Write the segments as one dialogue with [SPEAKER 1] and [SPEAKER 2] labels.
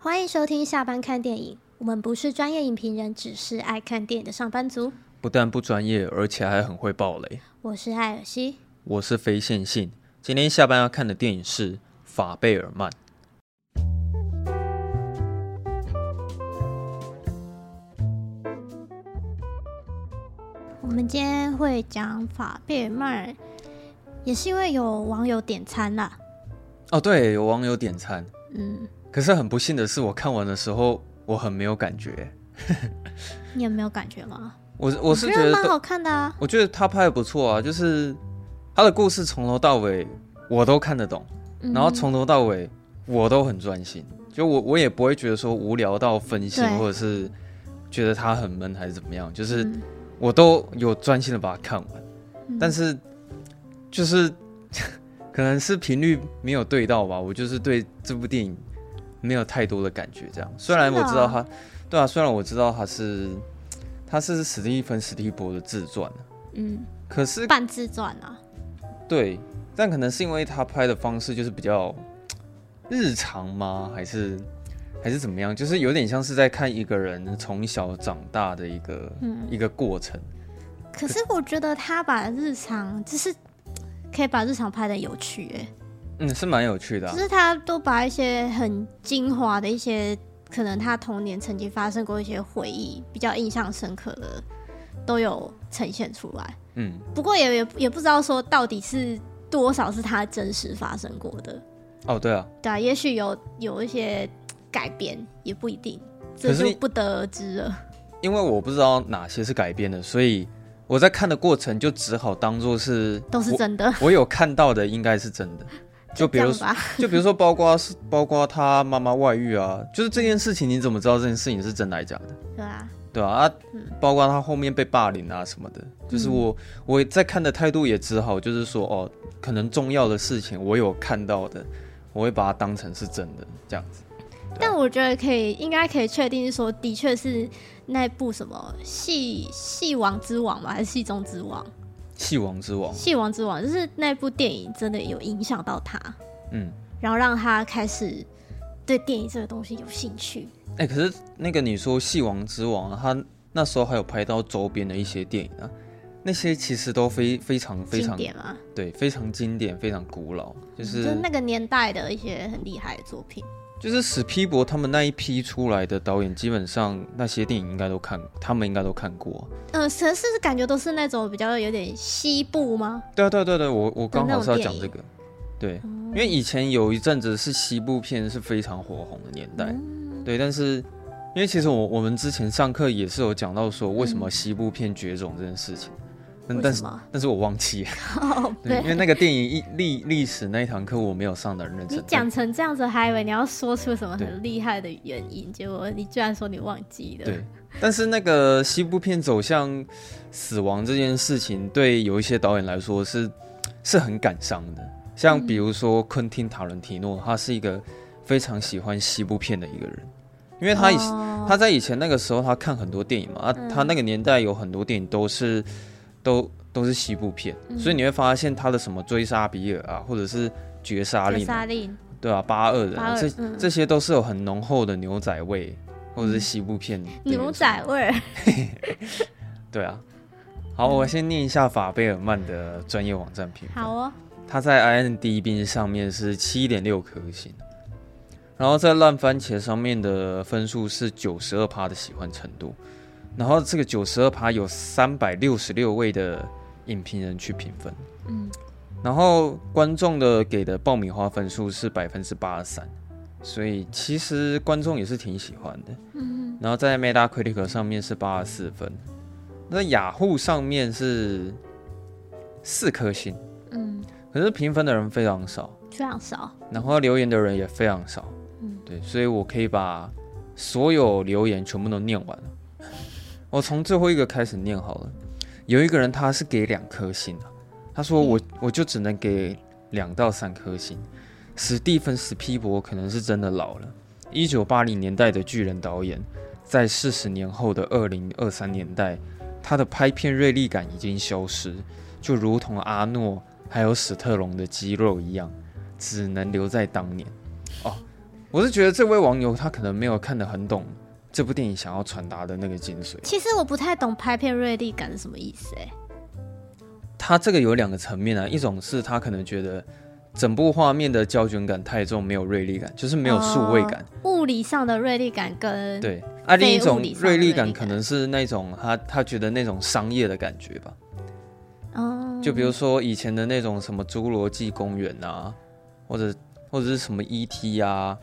[SPEAKER 1] 欢迎收听下班看电影，我们不是专业影评人，只是爱看电影的上班族。
[SPEAKER 2] 不但不专业，而且还很会爆雷。
[SPEAKER 1] 我是艾尔西，
[SPEAKER 2] 我是非线性，今天下班要看的电影是《法贝尔曼》。
[SPEAKER 1] 我们今天会讲法贝尔曼，也是因为有网友点餐啦。
[SPEAKER 2] 哦，对，有网友点餐，
[SPEAKER 1] 嗯，
[SPEAKER 2] 可是很不幸的是，我看完的时候我很没有感觉。
[SPEAKER 1] 你有没有感觉吗？
[SPEAKER 2] 我我是觉
[SPEAKER 1] 觉
[SPEAKER 2] 得
[SPEAKER 1] 蛮
[SPEAKER 2] 都，
[SPEAKER 1] 好看的啊。
[SPEAKER 2] 我觉得他拍的不错啊，就是他的故事从头到尾我都看得懂，
[SPEAKER 1] 嗯
[SPEAKER 2] 然后从头到尾我都很专心，就我我也不会觉得说无聊到分心
[SPEAKER 1] 对，
[SPEAKER 2] 或者是觉得他很闷还是怎么样，就是
[SPEAKER 1] 嗯
[SPEAKER 2] 我都有专心的把它看完。
[SPEAKER 1] 嗯
[SPEAKER 2] 但是就是 可能是频率没有对到吧，我就是对这部电影没有太多的感觉。这样，虽然
[SPEAKER 1] 真
[SPEAKER 2] 我
[SPEAKER 1] 的
[SPEAKER 2] 知道
[SPEAKER 1] 啊
[SPEAKER 2] 它，对啊，虽然我知道它是它是史蒂芬史蒂博的自传，啊
[SPEAKER 1] 嗯，
[SPEAKER 2] 可是
[SPEAKER 1] 半自传啊，
[SPEAKER 2] 对，但可能是因为他拍的方式就是比较日常吗？还是还是怎么样？就是有点像是在看一个人从小长大的一个、
[SPEAKER 1] 嗯
[SPEAKER 2] 一个过程。
[SPEAKER 1] 可是我觉得他把日常就是可以把日常拍的有趣、欸，
[SPEAKER 2] 嗯，是蛮有趣的、啊
[SPEAKER 1] 就。是他都把一些很精华的一些，可能他童年曾经发生过一些回忆，比较印象深刻的，都有呈现出来。
[SPEAKER 2] 嗯，
[SPEAKER 1] 不过也也也不知道说到底是多少是他真实发生过的，
[SPEAKER 2] 哦，对啊，
[SPEAKER 1] 对啊，也许有有一些改变，也不一定，这
[SPEAKER 2] 可是
[SPEAKER 1] 就不得而知了。
[SPEAKER 2] 因为我不知道哪些是改编的，所以我在看的过程就只好当做是
[SPEAKER 1] 都是
[SPEAKER 2] 我
[SPEAKER 1] 真的，
[SPEAKER 2] 我有看到的应该是真的，就比
[SPEAKER 1] 这
[SPEAKER 2] 如
[SPEAKER 1] 样
[SPEAKER 2] 说
[SPEAKER 1] 吧。
[SPEAKER 2] 就比如说包括是包括他妈妈外遇啊，就是这件事情你怎么知道这件事情是真的还是假的？
[SPEAKER 1] 对啊，
[SPEAKER 2] 对啊，啊，包括他后面被霸凌啊什么的，就是
[SPEAKER 1] 嗯
[SPEAKER 2] 我我在看的态度也只好就是说哦，可能重要的事情我有看到的，我会把它当成是真的这样子。
[SPEAKER 1] 但我觉得可以，应该可以确定是说，的确是那部什么戏戏王之王吧，还是戏中之王？
[SPEAKER 2] 戏王之王，
[SPEAKER 1] 戏王之王就是那部电影真的有影响到他，
[SPEAKER 2] 嗯，
[SPEAKER 1] 然后让他开始对电影这个东西有兴趣。
[SPEAKER 2] 哎、可是那个你说《戏王之王》啊，他那时候还有拍到周边的一些电影啊，那些其实都非非常非
[SPEAKER 1] 经
[SPEAKER 2] 常
[SPEAKER 1] 典嘛，
[SPEAKER 2] 对，非常经典，非常古老，
[SPEAKER 1] 就
[SPEAKER 2] 就、
[SPEAKER 1] 是是那个年代的一些很厉害的作品。
[SPEAKER 2] 就是史皮博他们那一批出来的导演，基本上那些电影应该都看，他们应该都看过。
[SPEAKER 1] 嗯、呃，可是感觉都是那种比较有点西部吗？
[SPEAKER 2] 对啊，对啊对、啊、对啊、我我刚
[SPEAKER 1] 那
[SPEAKER 2] 好
[SPEAKER 1] 种
[SPEAKER 2] 是要
[SPEAKER 1] 电
[SPEAKER 2] 讲
[SPEAKER 1] 影哦
[SPEAKER 2] 这个，对，因为以前有一阵子是西部片是非常火红的年代，
[SPEAKER 1] 嗯
[SPEAKER 2] 对，但是因为其实我我们之前上课也是有讲到说为什么西部片绝种这件事情，
[SPEAKER 1] 嗯
[SPEAKER 2] 但
[SPEAKER 1] 为
[SPEAKER 2] 但
[SPEAKER 1] 什
[SPEAKER 2] 是
[SPEAKER 1] 么？
[SPEAKER 2] 但是我忘记了，
[SPEAKER 1] 哦，
[SPEAKER 2] 对，因为
[SPEAKER 1] 对，
[SPEAKER 2] 那个电影一历历史那一堂课我没有上的认真。
[SPEAKER 1] 你讲成这样子，还以为你要说出什么
[SPEAKER 2] 对
[SPEAKER 1] 很厉害的原因，结果你居然说你忘记了。
[SPEAKER 2] 对，但是那个西部片走向死亡这件事情，对有一些导演来说是是很感伤的。像比如说昆汀·塔伦提诺，他是一个非常喜欢西部片的一个人，因为他以、
[SPEAKER 1] 哦嗯
[SPEAKER 2] 他在以前那个时候，他看很多电影嘛，啊，他那个年代有很多电影都是都都是西部片，
[SPEAKER 1] 嗯
[SPEAKER 2] 所以你会发现他的什么《追杀比尔》啊，或者是《绝杀
[SPEAKER 1] 绝
[SPEAKER 2] 令》啊
[SPEAKER 1] 杀令，
[SPEAKER 2] 对啊，八二人、
[SPEAKER 1] 八
[SPEAKER 2] 啊，
[SPEAKER 1] 二
[SPEAKER 2] 这、
[SPEAKER 1] 嗯
[SPEAKER 2] 这些都是有很浓厚的牛仔味，或者是西部片的元素
[SPEAKER 1] 牛仔味儿。
[SPEAKER 2] 对啊。好，我先念一下法贝尔曼的专业网站评分。
[SPEAKER 1] 好哦，
[SPEAKER 2] 它在 IMDB 上面是七点六颗星，然后在烂番茄上面的分数是九十二趴的喜欢程度，然后这个九十二趴有三百六十六位的影评人去评分，
[SPEAKER 1] 嗯，
[SPEAKER 2] 然后观众的给的爆米花分数是百分之八十三，所以其实观众也是挺喜欢的。
[SPEAKER 1] 嗯，
[SPEAKER 2] 然后在 Metacritic 上面是八十四分，那雅虎上面是四颗星，
[SPEAKER 1] 嗯，
[SPEAKER 2] 可是评分的人非常少，
[SPEAKER 1] 非常少。
[SPEAKER 2] 然后留言的人也非常少，
[SPEAKER 1] 嗯
[SPEAKER 2] 对，所以我可以把所有留言全部都念完了。我从最后一个开始念好了。有一个人他是给两颗星的、他说我我就只能给两到三颗星。史蒂芬·史皮伯可能是真的老了，一九八零年代的巨人导演，在四十年后的二零二三年代，他的拍片锐利感已经消失，就如同阿诺还有史特龙的肌肉一样，只能留在当年。哦，我是觉得这位网友他可能没有看得很懂这部电影想要传达的那个精髓。
[SPEAKER 1] 其实我不太懂拍片锐利感是什么意思、哎，
[SPEAKER 2] 他这个有两个层面
[SPEAKER 1] 嗯
[SPEAKER 2] 啊，一种是他可能觉得整部画面的胶卷感太重，没有锐利感，就是没有数位感。
[SPEAKER 1] 物理上的锐利感跟
[SPEAKER 2] 对，啊，另一
[SPEAKER 1] 哦嗯非物
[SPEAKER 2] 种
[SPEAKER 1] 理上的
[SPEAKER 2] 锐利
[SPEAKER 1] 锐
[SPEAKER 2] 感
[SPEAKER 1] 利
[SPEAKER 2] 可
[SPEAKER 1] 感
[SPEAKER 2] 能是那种他他觉得那种商业的感觉吧，
[SPEAKER 1] 哦，
[SPEAKER 2] 就比如说以前的那种什么《侏罗纪公园》啊，或者或者是什么 E.T. 啊，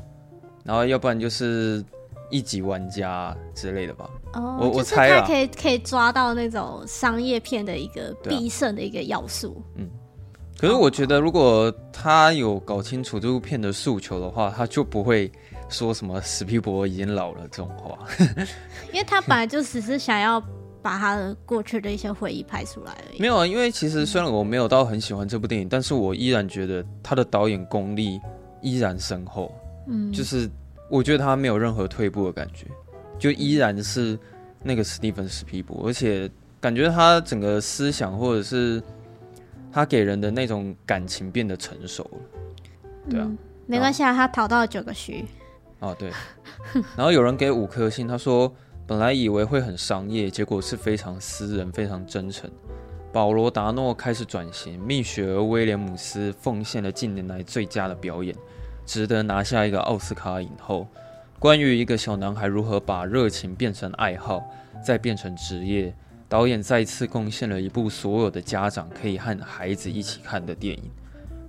[SPEAKER 2] 然后要不然就是一级玩家之类的吧。
[SPEAKER 1] 哦，
[SPEAKER 2] 我我
[SPEAKER 1] 就是
[SPEAKER 2] 猜
[SPEAKER 1] 他
[SPEAKER 2] 啊啦
[SPEAKER 1] 可以可以抓到那种商业片的一个
[SPEAKER 2] 对啊
[SPEAKER 1] 必胜的一个要素，
[SPEAKER 2] 可是我觉得，如果他有搞清楚这部片的诉求的话，他就不会说什么史皮博已经老了这种话。
[SPEAKER 1] 因为他本来就只是想要把他的过去的一些回忆拍出来而已。
[SPEAKER 2] 没有啊，因为其实虽然我没有到很喜欢这部电影，但是我依然觉得他的导演功力依然深厚，
[SPEAKER 1] 嗯，
[SPEAKER 2] 就是我觉得他没有任何退步的感觉，就依然是那个史蒂芬史皮博，而且感觉他整个思想或者是他给人的那种感情变得成熟了。对啊
[SPEAKER 1] 嗯没关系啊，他逃到了九个虚，
[SPEAKER 2] 哦，对。 然后有人给五颗星，他说本来以为会很商业，结果是非常私人、非常真诚。保罗·达诺开始转型，蜜雪儿·威廉姆斯奉献了近年来最佳的表演，值得拿下一个奥斯卡影后。关于一个小男孩如何把热情变成爱好，再变成职业，导演再次贡献了一部所有的家长可以和孩子一起看的电影，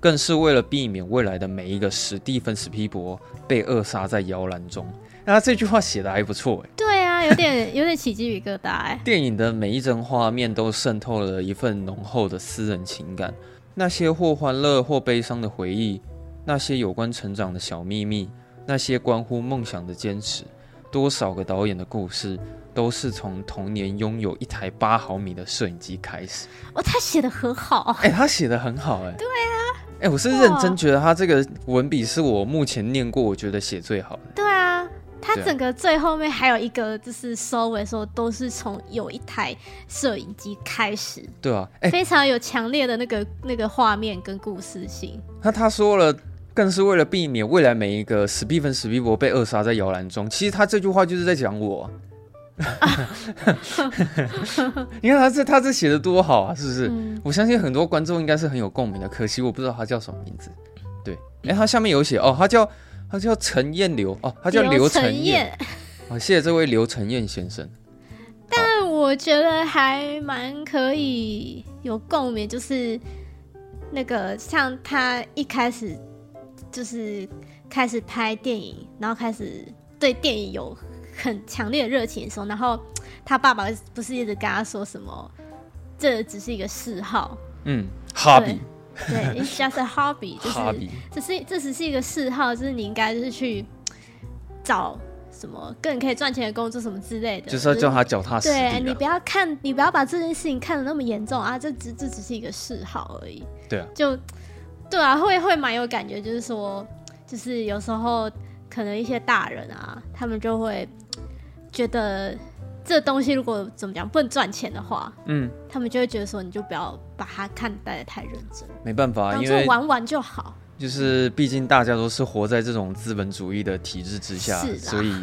[SPEAKER 2] 更是为了避免未来的每一个史蒂芬·史皮博被扼杀在摇篮中。那他这句话写的还不错诶，
[SPEAKER 1] 对啊，有点 有点起鸡皮疙瘩哎、
[SPEAKER 2] 电影的每一帧画面都渗透了一份浓厚的私人情感，那些或欢乐或悲伤的回忆，那些有关成长的小秘密，那些关乎梦想的坚持，多少个导演的故事都是从童年拥有一台八毫米的摄影机开始。
[SPEAKER 1] 哦，他写的很好，
[SPEAKER 2] 哎、他写的很好哎、对啊。哎、我是认真觉得他这个文笔是我目前念过我觉得写最好的。
[SPEAKER 1] 对啊，他
[SPEAKER 2] 对啊
[SPEAKER 1] 整个最后面还有一个就是收尾说都是从有一台摄影机开始，
[SPEAKER 2] 对啊，哎、
[SPEAKER 1] 非常有强烈的那个那个画面跟故事性。
[SPEAKER 2] 那他说了，更是为了避免未来每一个史蒂芬史皮博被扼杀在摇篮中。其实他这句话就是在讲我、啊。 你看他这他这写的多好啊，是不是？
[SPEAKER 1] 嗯
[SPEAKER 2] 我相信很多观众应该是很有共鸣的，可惜我不知道他叫什么名字。对，哎、他下面有写哦，他叫他叫陈彦流哦，他叫刘
[SPEAKER 1] 承
[SPEAKER 2] 承彦。，好、谢谢这位刘承彦先生。
[SPEAKER 1] 但我觉得还蛮可以有共鸣，就是那个像他一开始就是开始拍电影，然后开始对电影有很强烈的热情的时候，然后他爸爸不是一直跟他说什么，这只是一个嗜好，
[SPEAKER 2] 嗯，哈比，
[SPEAKER 1] 对，it's just a hobby，就
[SPEAKER 2] 哈
[SPEAKER 1] 是
[SPEAKER 2] 比，
[SPEAKER 1] 这是这只是一个嗜好，就是你应该就是去找什么更可以赚钱的工作什么之类的，
[SPEAKER 2] 就是要叫他脚踏实
[SPEAKER 1] 对
[SPEAKER 2] 地
[SPEAKER 1] 你
[SPEAKER 2] 啊
[SPEAKER 1] 不。要看，你不要把这件事情看得那么严重啊，这只这只是一个嗜好而已。
[SPEAKER 2] 对啊，
[SPEAKER 1] 就对啊，会会蛮有感觉，就是说，就是有时候可能一些大人啊，他们就会觉得这东西如果怎么讲不能赚钱的话，
[SPEAKER 2] 嗯，
[SPEAKER 1] 他们就会觉得说，你就不要把它看待的太认真，
[SPEAKER 2] 没办法，
[SPEAKER 1] 当
[SPEAKER 2] 啊因
[SPEAKER 1] 做
[SPEAKER 2] 为
[SPEAKER 1] 玩玩就好。
[SPEAKER 2] 就是毕竟大家都是活在这种资本主义的体制之下
[SPEAKER 1] 是，啦
[SPEAKER 2] 所以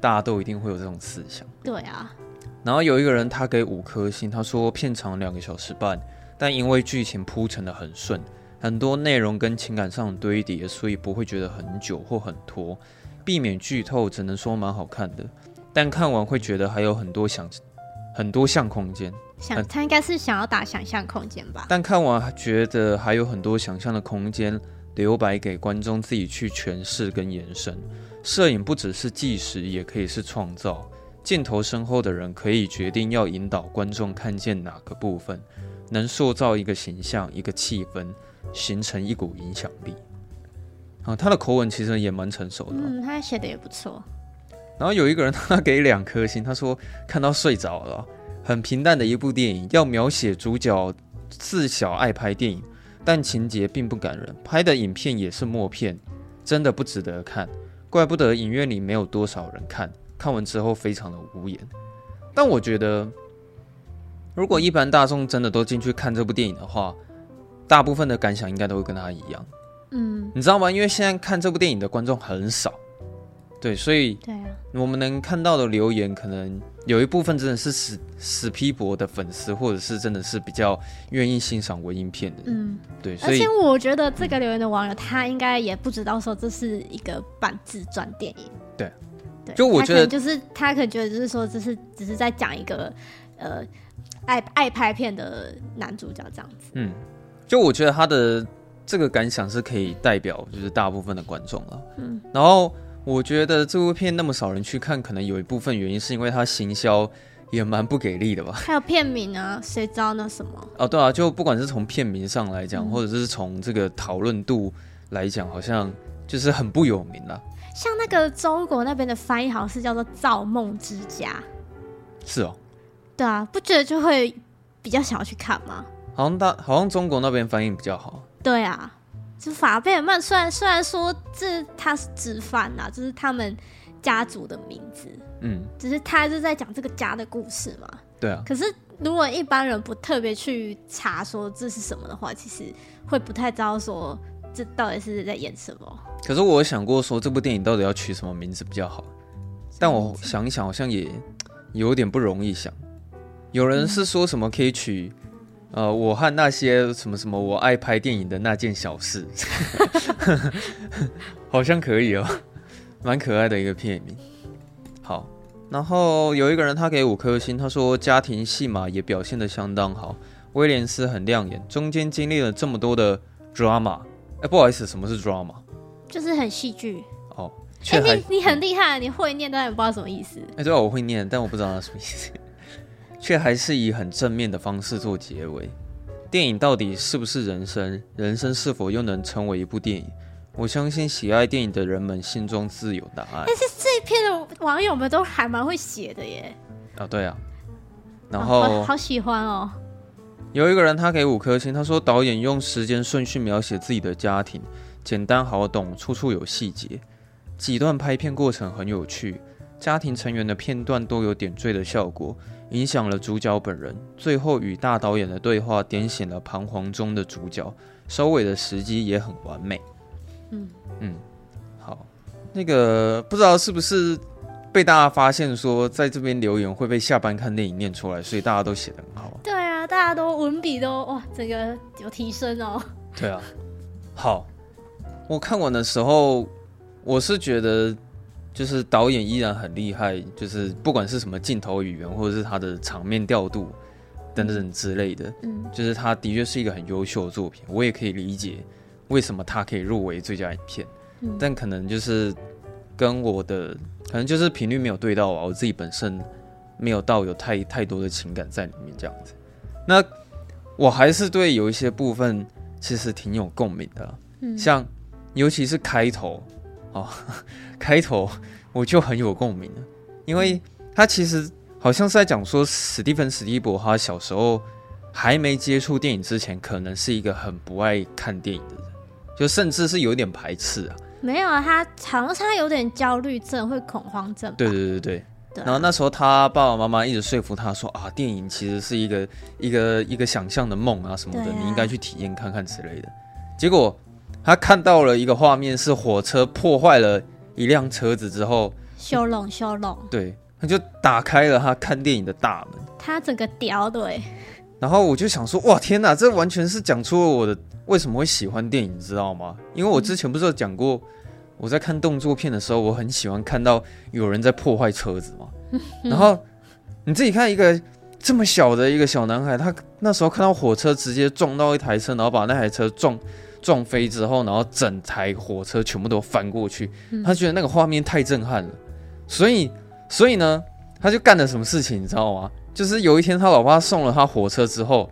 [SPEAKER 2] 大家都一定会有这种思想。
[SPEAKER 1] 对啊，
[SPEAKER 2] 然后有一个人他给五颗星，他说片长两个小时半，但因为剧情铺陈的很顺，很多内容跟情感上的堆叠，所以不会觉得很久或很拖。避免剧透，只能说蛮好看的，但看完会觉得还有很多想很多项空间。
[SPEAKER 1] 想
[SPEAKER 2] 嗯
[SPEAKER 1] 他应该是想要打想象空间吧？
[SPEAKER 2] 但看完觉得还有很多想象的空间留白给观众自己去诠释跟延伸。摄影不只是纪实，也可以是创造。镜头身后的人可以决定要引导观众看见哪个部分，能塑造一个形象、一个气氛，形成一股影响力。啊，他的口吻其实也蛮成熟的哦、
[SPEAKER 1] 嗯，他写的也不错。
[SPEAKER 2] 然后有一个人他给两颗星，他说看到睡着了，很平淡的一部电影，要描写主角自小爱拍电影，但情节并不感人，拍的影片也是默片，真的不值得看，怪不得影院里没有多少人看，看完之后非常的无言。但我觉得，如果一般大众真的都进去看这部电影的话，大部分的感想应该都会跟他一样，
[SPEAKER 1] 嗯，
[SPEAKER 2] 你知道吗？因为现在看这部电影的观众很少，对，所以
[SPEAKER 1] 对啊，
[SPEAKER 2] 我们能看到的留言，可能有一部分真的是史史皮博的粉丝，或者是真的是比较愿意欣赏文艺片的人。
[SPEAKER 1] 嗯，
[SPEAKER 2] 对，所
[SPEAKER 1] 而
[SPEAKER 2] 以
[SPEAKER 1] 且我觉得这个留言的网友他应该也不知道说这是一个半自传电影，
[SPEAKER 2] 对，
[SPEAKER 1] 对，
[SPEAKER 2] 就我
[SPEAKER 1] 他
[SPEAKER 2] 觉
[SPEAKER 1] 可能
[SPEAKER 2] 得
[SPEAKER 1] 就是他可能觉得就是说这是只是在讲一个呃爱爱拍片的男主角这样子，
[SPEAKER 2] 嗯，就我觉得他的这个感想是可以代表就是大部分的观众了。嗯，然后我觉得这部片那么少人去看，可能有一部分原因是因为它行销也蛮不给力的吧。
[SPEAKER 1] 还有片名啊，谁知道那什么？
[SPEAKER 2] 哦，对啊，就不管是从片名上来
[SPEAKER 1] 嗯
[SPEAKER 2] 讲，或者是从这个讨论度来讲，好像就是很不有名啊啦。
[SPEAKER 1] 像那个中国那边的翻译好像是叫做《造梦之家》，
[SPEAKER 2] 是哦，
[SPEAKER 1] 对啊，不觉得就会比较想要去看吗？
[SPEAKER 2] 好像大好像中国那边翻译比较好。
[SPEAKER 1] 对啊，就法贝尔曼虽然虽然说这他是直翻呐、就是他们家族的名字，
[SPEAKER 2] 嗯，
[SPEAKER 1] 只是他是在讲这个家的故事嘛。
[SPEAKER 2] 对啊，
[SPEAKER 1] 可是如果一般人不特别去查说这是什么的话，其实会不太知道说这到底是在演什么。
[SPEAKER 2] 可是我有想过说这部电影到底要取什么名字比较好，但我想一想好像也有点不容易想。有人是说什么可以取，呃，我和那些什么什么我爱拍电影的那件小事， 好像可以哦，蛮可爱的一个片名。好，然后有一个人他给五颗星，他说家庭戏码也表现得相当好，威廉斯很亮眼，中间经历了这么多的 drama，哎，不好意思，什么是 drama？
[SPEAKER 1] 就是很戏剧，
[SPEAKER 2] 哦，却
[SPEAKER 1] 哎、
[SPEAKER 2] 还、
[SPEAKER 1] 你你很厉害，你会念，但也不知道什么意思。
[SPEAKER 2] 哎、对啊，我会念，但我不知道它什么意思，却还是以很正面的方式做结尾。电影到底是不是人生？人生是否又能成为一部电影？我相信喜爱电影的人们心中自有答案
[SPEAKER 1] 但是这一篇的网友们都还蛮会写的耶，
[SPEAKER 2] 啊、对啊，然
[SPEAKER 1] 哦
[SPEAKER 2] 后
[SPEAKER 1] 好好喜欢哦。
[SPEAKER 2] 有一个人他给五颗星，他说导演用时间顺序描写自己的家庭，简单好懂，处处有细节。几段拍片过程很有趣，家庭成员的片段都有点缀的效果，影响了主角本人。最后与大导演的对话点醒了彷徨中的主角，收尾的时机也很完美。
[SPEAKER 1] 嗯
[SPEAKER 2] 嗯，好，那个不知道是不是被大家发现说在这边留言会被下班看电影念出来，所以大家都写得很好啊。
[SPEAKER 1] 对啊，大家都文笔都哇，整个有提升哦。
[SPEAKER 2] 对啊，好，我看完的时候，我是觉得就是导演依然很厉害，就是不管是什么镜头语言，或者是他的场面调度等等之类的，
[SPEAKER 1] 嗯，
[SPEAKER 2] 就是他的确是一个很优秀的作品，我也可以理解为什么他可以入围最佳影片，
[SPEAKER 1] 嗯
[SPEAKER 2] 但可能就是跟我的可能就是频率没有对到吧，啊我自己本身没有到有太太多的情感在里面这样子。那我还是对有一些部分其实挺有共鸣的啦，啊
[SPEAKER 1] 嗯
[SPEAKER 2] 像尤其是开头哦， 开头我就很有共鸣了，因
[SPEAKER 1] 嗯
[SPEAKER 2] 为他其实好像是在讲说史蒂芬史蒂博他小时候还没接触电影之前，可能是一个很不爱看电影的人，就甚至是有点排斥啊。
[SPEAKER 1] 没有啊，他好像是他有点焦虑症，会恐慌症吧。
[SPEAKER 2] 对对对对。
[SPEAKER 1] 对啊
[SPEAKER 2] 然后那时候他爸爸妈妈一直说服他说啊，电影其实是一个一个一个想象的梦啊什么的，
[SPEAKER 1] 对啊
[SPEAKER 2] 你应该去体验看看之类的。结果他看到了一个画面，是火车破坏了一辆车子之后，
[SPEAKER 1] 修拢修拢，
[SPEAKER 2] 对，他就打开了他看电影的大门。
[SPEAKER 1] 他整个屌的欸
[SPEAKER 2] 然后我就想说，哇，天哪，这完全是讲出了我的为什么会喜欢电影，你知道吗？因为我之前不是有讲过，我在看动作片的时候，我很喜欢看到有人在破坏车子嘛。然后你自己看一个这么小的一个小男孩，他那时候看到火车直接撞到一台车，然后把那台车撞撞飞之后，然后整台火车全部都翻过去，
[SPEAKER 1] 嗯
[SPEAKER 2] 他觉得那个画面太震撼了，所以所以呢，他就干了什么事情，你知道吗？就是有一天他老爸送了他火车之后，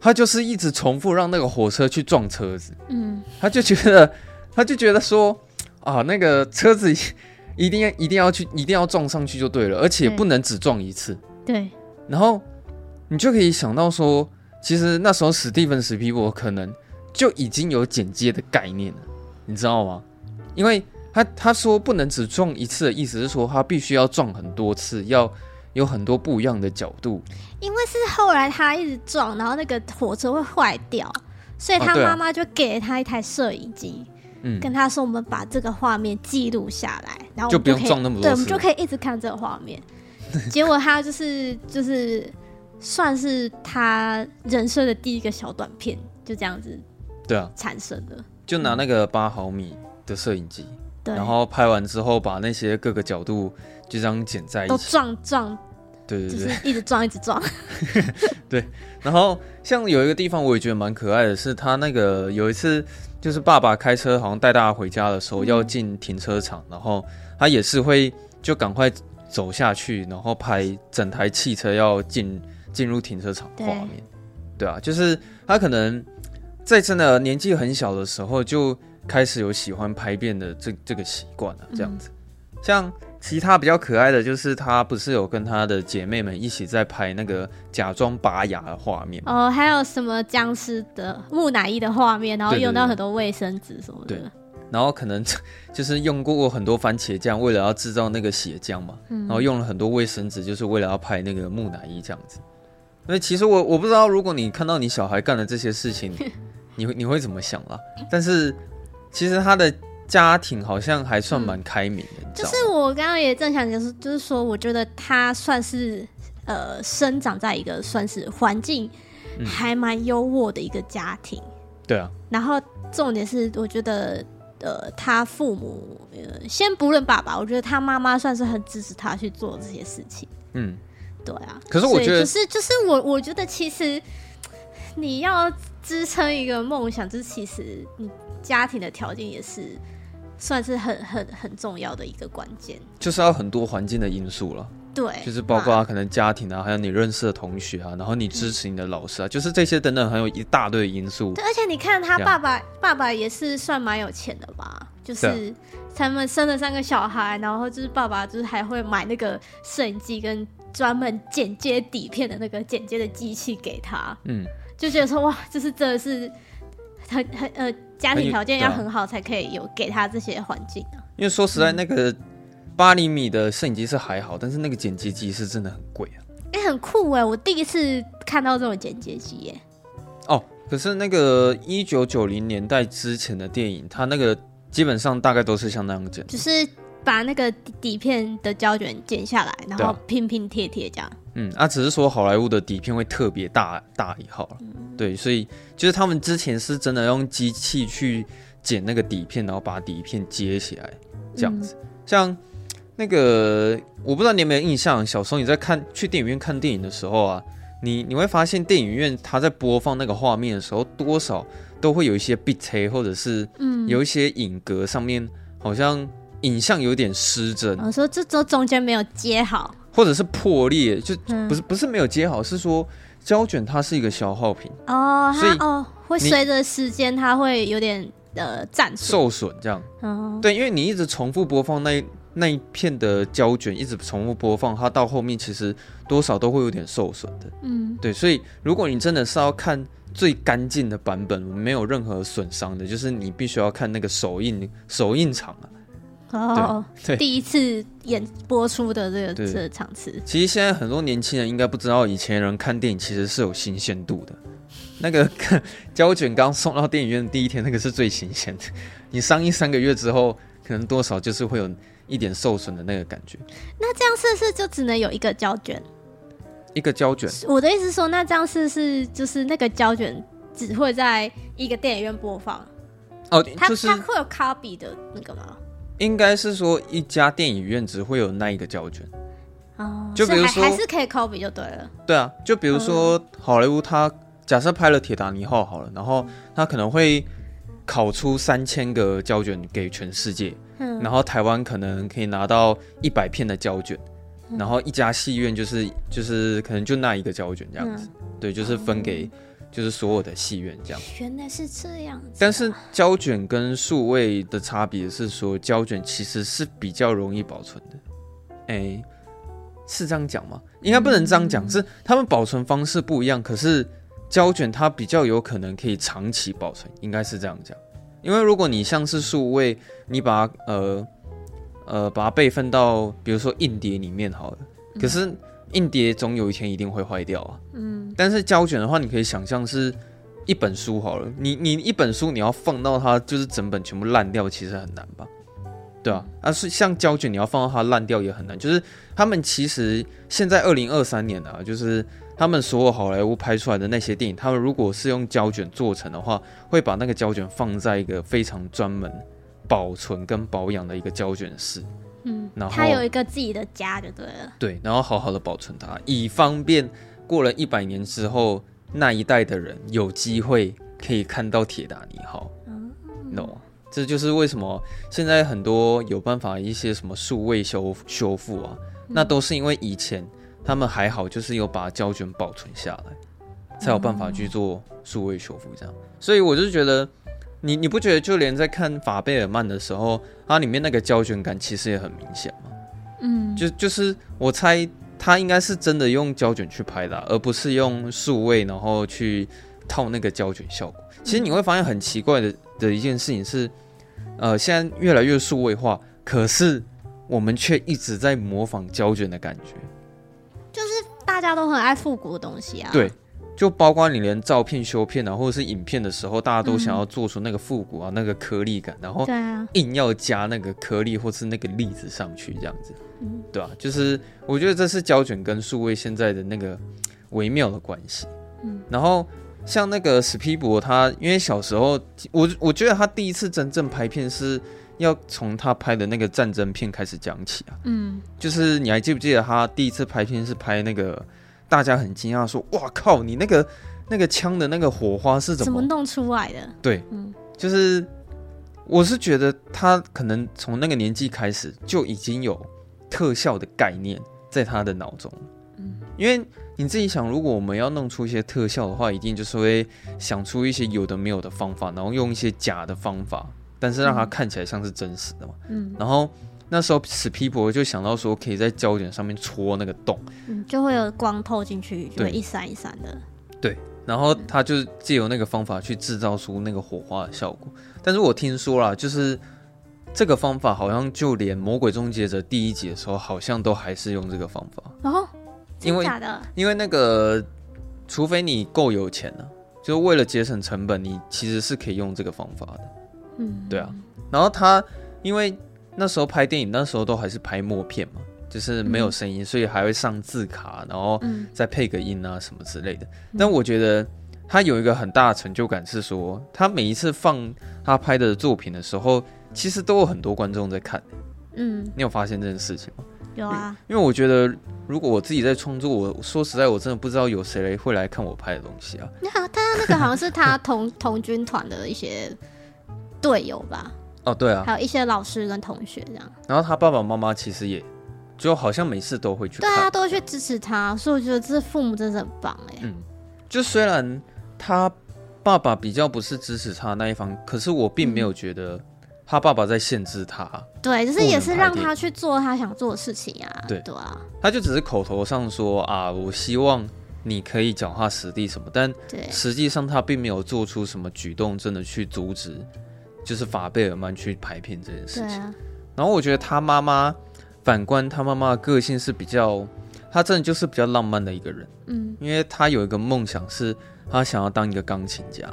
[SPEAKER 2] 他就是一直重复让那个火车去撞车子，
[SPEAKER 1] 嗯，
[SPEAKER 2] 他就觉得，他就觉得说，啊，那个车子一定要一定要去，一定要撞上去就对了，而且
[SPEAKER 1] 对
[SPEAKER 2] 不能只撞一次。
[SPEAKER 1] 对，
[SPEAKER 2] 然后你就可以想到说，其实那时候史蒂芬史皮博可能就已经有剪接的概念了，你知道吗？因为他他说不能只撞一次的意思是说，他必须要撞很多次，要有很多不一样的角度。
[SPEAKER 1] 因为是后来他一直撞，然后那个火车会坏掉，所以
[SPEAKER 2] 哦
[SPEAKER 1] 他
[SPEAKER 2] 对啊
[SPEAKER 1] 妈妈就给了他一台摄影机，
[SPEAKER 2] 嗯，
[SPEAKER 1] 跟他说我们把这个画面记录下来，然后我
[SPEAKER 2] 就
[SPEAKER 1] 们
[SPEAKER 2] 不用
[SPEAKER 1] 可以
[SPEAKER 2] 撞那么多
[SPEAKER 1] 对，我们
[SPEAKER 2] 次
[SPEAKER 1] 就可以一直看这个画面。 结果他就是就是算是他人生的第一个小短片，就这样子
[SPEAKER 2] 对啊，
[SPEAKER 1] 产生的。
[SPEAKER 2] 就拿那个八毫米的摄影机，
[SPEAKER 1] 对，
[SPEAKER 2] 然后拍完之后把那些各个角度就这样剪在一
[SPEAKER 1] 都
[SPEAKER 2] 起，
[SPEAKER 1] 撞撞，
[SPEAKER 2] 对对
[SPEAKER 1] 就
[SPEAKER 2] 对。
[SPEAKER 1] 是一直撞一直撞。
[SPEAKER 2] 然后像有一个地方我也觉得蛮可爱的，是他那个有一次就是爸爸开车好像带大家回家的时候
[SPEAKER 1] 嗯
[SPEAKER 2] 要进停车场，然后他也是会就赶快走下去，然后拍整台汽车要进进入停车场的
[SPEAKER 1] 对
[SPEAKER 2] 画面。对啊，就是他可能在真的年纪很小的时候就开始有喜欢拍片的这这个习惯
[SPEAKER 1] 嗯
[SPEAKER 2] 了、这样子。像其他比较可爱的就是他不是有跟他的姐妹们一起在拍那个假装拔牙的画面吗
[SPEAKER 1] 哦，还有什么僵尸的木乃伊的画面，然后
[SPEAKER 2] 对对
[SPEAKER 1] 用到
[SPEAKER 2] 对
[SPEAKER 1] 很多卫生纸什么
[SPEAKER 2] 对
[SPEAKER 1] 的。
[SPEAKER 2] 然后可能 就是用过很多番茄酱，为了要制造那个血浆嘛，
[SPEAKER 1] 嗯
[SPEAKER 2] 然后用了很多卫生纸，就是为了要拍那个木乃伊这样子。所以其实我我不知道，如果你看到你小孩干的这些 事情，你会你会怎么想啦？但是其实他的家庭好像还算蛮开明的，你知
[SPEAKER 1] 嗯就
[SPEAKER 2] 道
[SPEAKER 1] 是我刚刚也正想就是就是说，我觉得他算是呃生长在一个算是环境
[SPEAKER 2] 嗯
[SPEAKER 1] 还蛮优渥的一个家庭，
[SPEAKER 2] 对啊，
[SPEAKER 1] 然后重点是我觉得呃他父母呃先不论爸爸，我觉得他妈妈算是很支持他去做这些事情，
[SPEAKER 2] 嗯，
[SPEAKER 1] 对啊。
[SPEAKER 2] 可是我
[SPEAKER 1] 所以
[SPEAKER 2] 觉得
[SPEAKER 1] 就是就是我我觉得其实你要支撑一个梦想，就是其实你家庭的条件也是算是很很很重要的一个关键。
[SPEAKER 2] 就是要很多环境的因素了。
[SPEAKER 1] 对，
[SPEAKER 2] 就是包
[SPEAKER 1] 啊
[SPEAKER 2] 括可能家庭啊，还有你认识的同学啊，然后你支持你的老师啊，就是这些等等，还有一大堆的因素。
[SPEAKER 1] 对，而且你看他
[SPEAKER 2] 这样
[SPEAKER 1] 爸爸，爸爸也是算蛮有钱的吧？
[SPEAKER 2] 啊
[SPEAKER 1] 就是他们生了三个小孩，然后就是爸爸就是还会买那个摄影机跟专门剪接底片的那个剪接的机器给他，
[SPEAKER 2] 嗯，
[SPEAKER 1] 就觉得说哇，就是真的是很很呃家
[SPEAKER 2] 很
[SPEAKER 1] 庭
[SPEAKER 2] 有
[SPEAKER 1] 条件要
[SPEAKER 2] 对啊
[SPEAKER 1] 很好才可以有给他这些环境啊。
[SPEAKER 2] 因为说实在，那个八厘米的摄影机是还好，但是那个剪辑机是真的很贵啊。
[SPEAKER 1] 哎、很酷哎、我第一次看到这种剪接机耶、
[SPEAKER 2] 哦，可是那个一九九零年代之前的电影，它那个基本上大概都是像那样剪。
[SPEAKER 1] 就是把那个底底片的胶卷剪下来，然
[SPEAKER 2] 对
[SPEAKER 1] 后
[SPEAKER 2] 啊
[SPEAKER 1] 拼拼贴贴这样。
[SPEAKER 2] 嗯，啊，只是说好莱坞的底片会特别大大一号了。对，所以就是他们之前是真的用机器去剪那个底片，然后把底片接起来，这样
[SPEAKER 1] 嗯
[SPEAKER 2] 子。像那个，我不知道你有没有印象，小时候你在看去电影院看电影的时候啊，你你会发现电影院它在播放那个画面的时候，多少都会有一些 b i t 或者是
[SPEAKER 1] 嗯，
[SPEAKER 2] 有一些影格上面好像影像有点失真，
[SPEAKER 1] 我嗯哦说这这中间没有接好，
[SPEAKER 2] 或者是破裂，就
[SPEAKER 1] 嗯，
[SPEAKER 2] 不是不是没有接好，是说胶卷它是一个消耗品，
[SPEAKER 1] 哦，
[SPEAKER 2] 所
[SPEAKER 1] 它
[SPEAKER 2] 以
[SPEAKER 1] 哦会
[SPEAKER 2] 你
[SPEAKER 1] 随着时间它会有点呃战术，
[SPEAKER 2] 受损这样。
[SPEAKER 1] 嗯，
[SPEAKER 2] 对，因为你一直重复播放那一那一片的胶卷，一直重复播放，它到后面其实多少都会有点受损的。
[SPEAKER 1] 嗯
[SPEAKER 2] 对，所以如果你真的是要看最干净的版本，没有任何损伤的，就是你必须要看那个首映首映场啊。
[SPEAKER 1] 哦，
[SPEAKER 2] 对
[SPEAKER 1] 第一次演播出的这个
[SPEAKER 2] 对
[SPEAKER 1] 这个场次，
[SPEAKER 2] 其实现在很多年轻人应该不知道，以前人看电影其实是有新鲜度的。那个 胶卷刚送到电影院的第一天，那个是最新鲜的。你上映三个月之后，可能多少就是会有一点受损的那个感觉。
[SPEAKER 1] 那这样是不是就只能有一个胶卷？
[SPEAKER 2] 一个胶卷，
[SPEAKER 1] 我的意思是说，那这样是不是就是那个胶卷只会在一个电影院播放？
[SPEAKER 2] 哦，
[SPEAKER 1] 它、
[SPEAKER 2] 就是
[SPEAKER 1] 它会有 copy 的那个吗？
[SPEAKER 2] 应该是说一家电影院只会有那一个胶卷。
[SPEAKER 1] 哦，
[SPEAKER 2] 就比如
[SPEAKER 1] 是还
[SPEAKER 2] 说
[SPEAKER 1] 还是可以 copy 就对了，
[SPEAKER 2] 对啊，就比如说好莱坞，它假设拍了《铁达尼号》好了，然后它可能会拷出三千个胶卷给全世界，
[SPEAKER 1] 嗯
[SPEAKER 2] 然后台湾可能可以拿到一百片的胶卷，然后一家戏院就是就是可能就那一个胶卷这样子，对，就是分给就是所有的戏院这样。
[SPEAKER 1] 原来是这样子，啊
[SPEAKER 2] 但是胶卷跟数位的差别是说，胶卷其实是比较容易保存的。哎、是这样讲吗？应该不能这样讲，是他们保存方式不一样。可是胶卷它比较有可能可以长期保存，应该是这样讲。因为如果你像是数位，你把它呃呃把它备份到比如说硬碟里面好了，可是硬碟总有一天一定会坏掉啊。
[SPEAKER 1] 嗯
[SPEAKER 2] 但是胶卷的话，你可以想象是一本书好了，你你一本书你要放到它就是整本全部烂掉，其实很难吧？对啊，啊是像胶卷你要放到它烂掉也很难。就是他们其实现在二零二三年啊，就是他们所有好莱坞拍出来的那些电影，他们如果是用胶卷做成的话，会把那个胶卷放在一个非常专门保存跟保养的一个胶卷室。
[SPEAKER 1] 嗯
[SPEAKER 2] 然，后
[SPEAKER 1] 他有一个自己的家就对了。
[SPEAKER 2] 对，然后好好的保存它，以方便过了一百年之后，那一代的人有机会可以看到铁达尼号，
[SPEAKER 1] 嗯，
[SPEAKER 2] 你懂吗？这就是为什么现在很多有办法一些什么数位修修复啊，那都是因为以前他们还好，就是有把胶卷保存下来，才有办法去做数位修复这样。所以我就觉得，你你不觉得就连在看法贝尔曼的时候，它里面那个胶卷感其实也很明显吗？
[SPEAKER 1] 嗯，
[SPEAKER 2] 就就是我猜他应该是真的用胶卷去拍的啊、而不是用数位然后去套那个胶卷效果。其实你会发现很奇怪的的一件事情是，呃，现在越来越数位化，可是我们却一直在模仿胶卷的感觉。
[SPEAKER 1] 大家都很爱复古的东西啊。
[SPEAKER 2] 对，就包括你连照片修片啊，或者是影片的时候，大家都想要做出那个复古啊、那个颗粒感，然后
[SPEAKER 1] 对啊，
[SPEAKER 2] 硬要加那个颗粒或是那个粒子上去，这样子，
[SPEAKER 1] 嗯
[SPEAKER 2] 对啊，就是我觉得这是胶卷跟数位现在的那个嘖微妙的关系。
[SPEAKER 1] 嗯，
[SPEAKER 2] 然后像那个史皮博他，因为小时候我我觉得他第一次真正拍片是要从他拍的那个战争片开始讲起啊，
[SPEAKER 1] 嗯，
[SPEAKER 2] 就是你还记不记得他第一次拍片是拍那个大家很惊讶说，哇靠，你那个那个枪的那个火花是怎
[SPEAKER 1] 怎
[SPEAKER 2] 么
[SPEAKER 1] 么弄出来的？
[SPEAKER 2] 对，
[SPEAKER 1] 嗯
[SPEAKER 2] 就是我是觉得他可能从那个年纪开始就已经有特效的概念在他的脑中了
[SPEAKER 1] 嗯
[SPEAKER 2] 因为你自己想，如果我们要弄出一些特效的话，一定就是会想出一些有的没有的方法，然后用一些假的方法，但是让它
[SPEAKER 1] 嗯
[SPEAKER 2] 看起来像是真实的嘛。
[SPEAKER 1] 嗯
[SPEAKER 2] 然后那时候史皮博就想到说，可以在胶卷上面戳那个洞。
[SPEAKER 1] 嗯，就会有光透进去，就
[SPEAKER 2] 对
[SPEAKER 1] 会一闪一闪的。
[SPEAKER 2] 然后他就借由那个方法去制造出那个火花的效果。但是我听说啦，就是这个方法好像就连《魔鬼终结者》第一集的时候，好像都还是用这个方法，
[SPEAKER 1] 哦，
[SPEAKER 2] 因
[SPEAKER 1] 真
[SPEAKER 2] 为
[SPEAKER 1] 假的？
[SPEAKER 2] 因为那个除非你够有钱呢、就为了节省成本，你其实是可以用这个方法的。
[SPEAKER 1] 嗯，
[SPEAKER 2] 对啊，然后他因为那时候拍电影，那时候都还是拍默片嘛，就是没有声音，所以还会上字卡，然后
[SPEAKER 1] 嗯
[SPEAKER 2] 再配个音啊什么之类的。但我觉得他有一个很大的成就感是说，他每一次放他拍的作品的时候，其实都有很多观众在看。
[SPEAKER 1] 嗯，
[SPEAKER 2] 你有发现这件事情吗？
[SPEAKER 1] 有啊，
[SPEAKER 2] 因为我觉得如果我自己在创作，我说实在，我真的不知道有谁会来看我拍的东西啊。
[SPEAKER 1] 那他那个好像是 他同同军团的一些队友吧，
[SPEAKER 2] 哦，对啊，
[SPEAKER 1] 还有一些老师跟同学这样。
[SPEAKER 2] 然后他爸爸妈妈其实也就好像每次都会去
[SPEAKER 1] 对
[SPEAKER 2] 看。
[SPEAKER 1] 啊，都会去支持他，所以我觉得这父母真的是很棒哎、
[SPEAKER 2] 嗯，就虽然他爸爸比较不是支持他那一方，可是我并没有觉得他爸爸在限制他，
[SPEAKER 1] 对，就是
[SPEAKER 2] 不
[SPEAKER 1] 也
[SPEAKER 2] 能
[SPEAKER 1] 是
[SPEAKER 2] 排
[SPEAKER 1] 让
[SPEAKER 2] 电
[SPEAKER 1] 他去做他想做的事情啊。
[SPEAKER 2] 对
[SPEAKER 1] 对啊，
[SPEAKER 2] 他就只是口头上说啊，我希望你可以脚踏实地什么，但
[SPEAKER 1] 对，
[SPEAKER 2] 实际上他并没有做出什么举动，真的去阻止，就是法贝尔曼去排片这件事
[SPEAKER 1] 对
[SPEAKER 2] 情。
[SPEAKER 1] 啊，
[SPEAKER 2] 然后我觉得他妈妈，反观他妈妈的个性是比较，他真的就是比较浪漫的一个人，
[SPEAKER 1] 嗯，
[SPEAKER 2] 因为他有一个梦想是，他想要当一个钢琴家。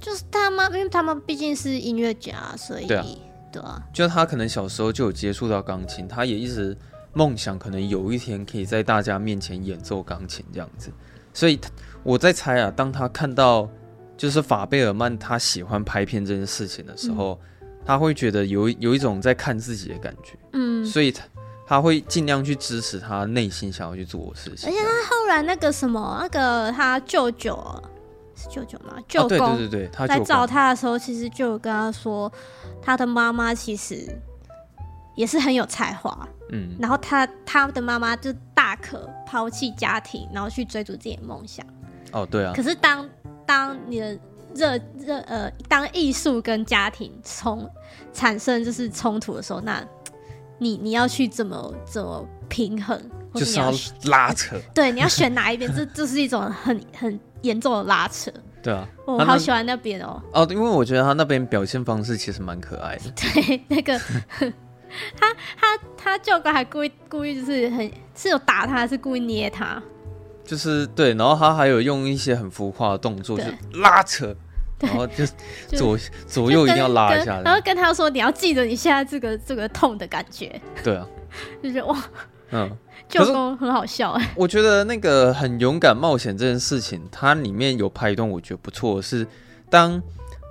[SPEAKER 1] 就是他妈，因为他们毕竟是音乐家，所以
[SPEAKER 2] 对啊
[SPEAKER 1] 对啊
[SPEAKER 2] 就他可能小时候就有接触到钢琴，他也一直梦想可能有一天可以在大家面前演奏钢琴这样子。所以他我在猜啊，当他看到就是法贝尔曼他喜欢拍片这件事情的时候，他会觉得有一有一种在看自己的感觉，
[SPEAKER 1] 嗯，
[SPEAKER 2] 所以他他会尽量去支持他内心想要去做的事情。
[SPEAKER 1] 而且他后来那个什么，那个他舅舅啊是舅舅吗？舅
[SPEAKER 2] 啊，对
[SPEAKER 1] 公、
[SPEAKER 2] 对对对，他
[SPEAKER 1] 来
[SPEAKER 2] 就
[SPEAKER 1] 找他的时候，其实就有跟他说，他的妈妈其实也是很有才华，
[SPEAKER 2] 嗯，
[SPEAKER 1] 然后他他的妈妈就大可抛弃家庭，然后去追逐自己的梦想。
[SPEAKER 2] 哦对啊
[SPEAKER 1] 可，是当当你的热热呃，当艺术跟家庭冲产生就是冲突的时候，那你你要去怎么怎么平衡？或
[SPEAKER 2] 就是是
[SPEAKER 1] 你要
[SPEAKER 2] 要
[SPEAKER 1] 去
[SPEAKER 2] 拉扯，
[SPEAKER 1] 对，你要选哪一边，这这是一种很很严重的拉 扯。
[SPEAKER 2] 对啊，
[SPEAKER 1] 我
[SPEAKER 2] 他
[SPEAKER 1] 好
[SPEAKER 2] 那
[SPEAKER 1] 喜欢那边哦，
[SPEAKER 2] 哦，因为我觉得他那边表现方式其实蛮可爱的。
[SPEAKER 1] 对，那个他他他舅哥还故意故意就是很是有打他，还是故意捏他，
[SPEAKER 2] 就是对，然后他还有用一些很浮夸的动作，就
[SPEAKER 1] 对
[SPEAKER 2] 拉扯，然后就
[SPEAKER 1] 就
[SPEAKER 2] 左左右一定要拉一下
[SPEAKER 1] 然后
[SPEAKER 2] 的，
[SPEAKER 1] 跟他说你要记得你现在这个这个痛的感觉，
[SPEAKER 2] 对啊，
[SPEAKER 1] 就是哇，
[SPEAKER 2] 嗯，
[SPEAKER 1] 舅公很好笑哎、
[SPEAKER 2] 我觉得那个很勇敢冒险这件事情，它里面有拍一段我觉得不错的是，当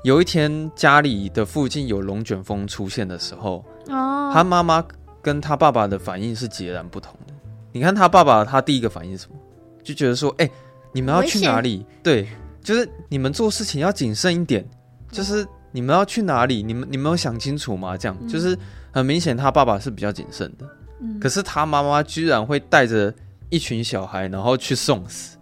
[SPEAKER 2] 有一天家里的附近有龙卷风出现的时候，
[SPEAKER 1] 哦，
[SPEAKER 2] 他妈妈跟他爸爸的反应是截然不同的。你看他爸爸，他第一个反应是什么？就觉得说，哎、你们要去哪里？对，就是你们做事情要谨慎一点，就是你们要去哪里？你们你们有想清楚吗？这样、就是很明显，他爸爸是比较谨慎的。
[SPEAKER 1] 嗯
[SPEAKER 2] 可是他妈妈居然会带着一群小孩，然后去送死，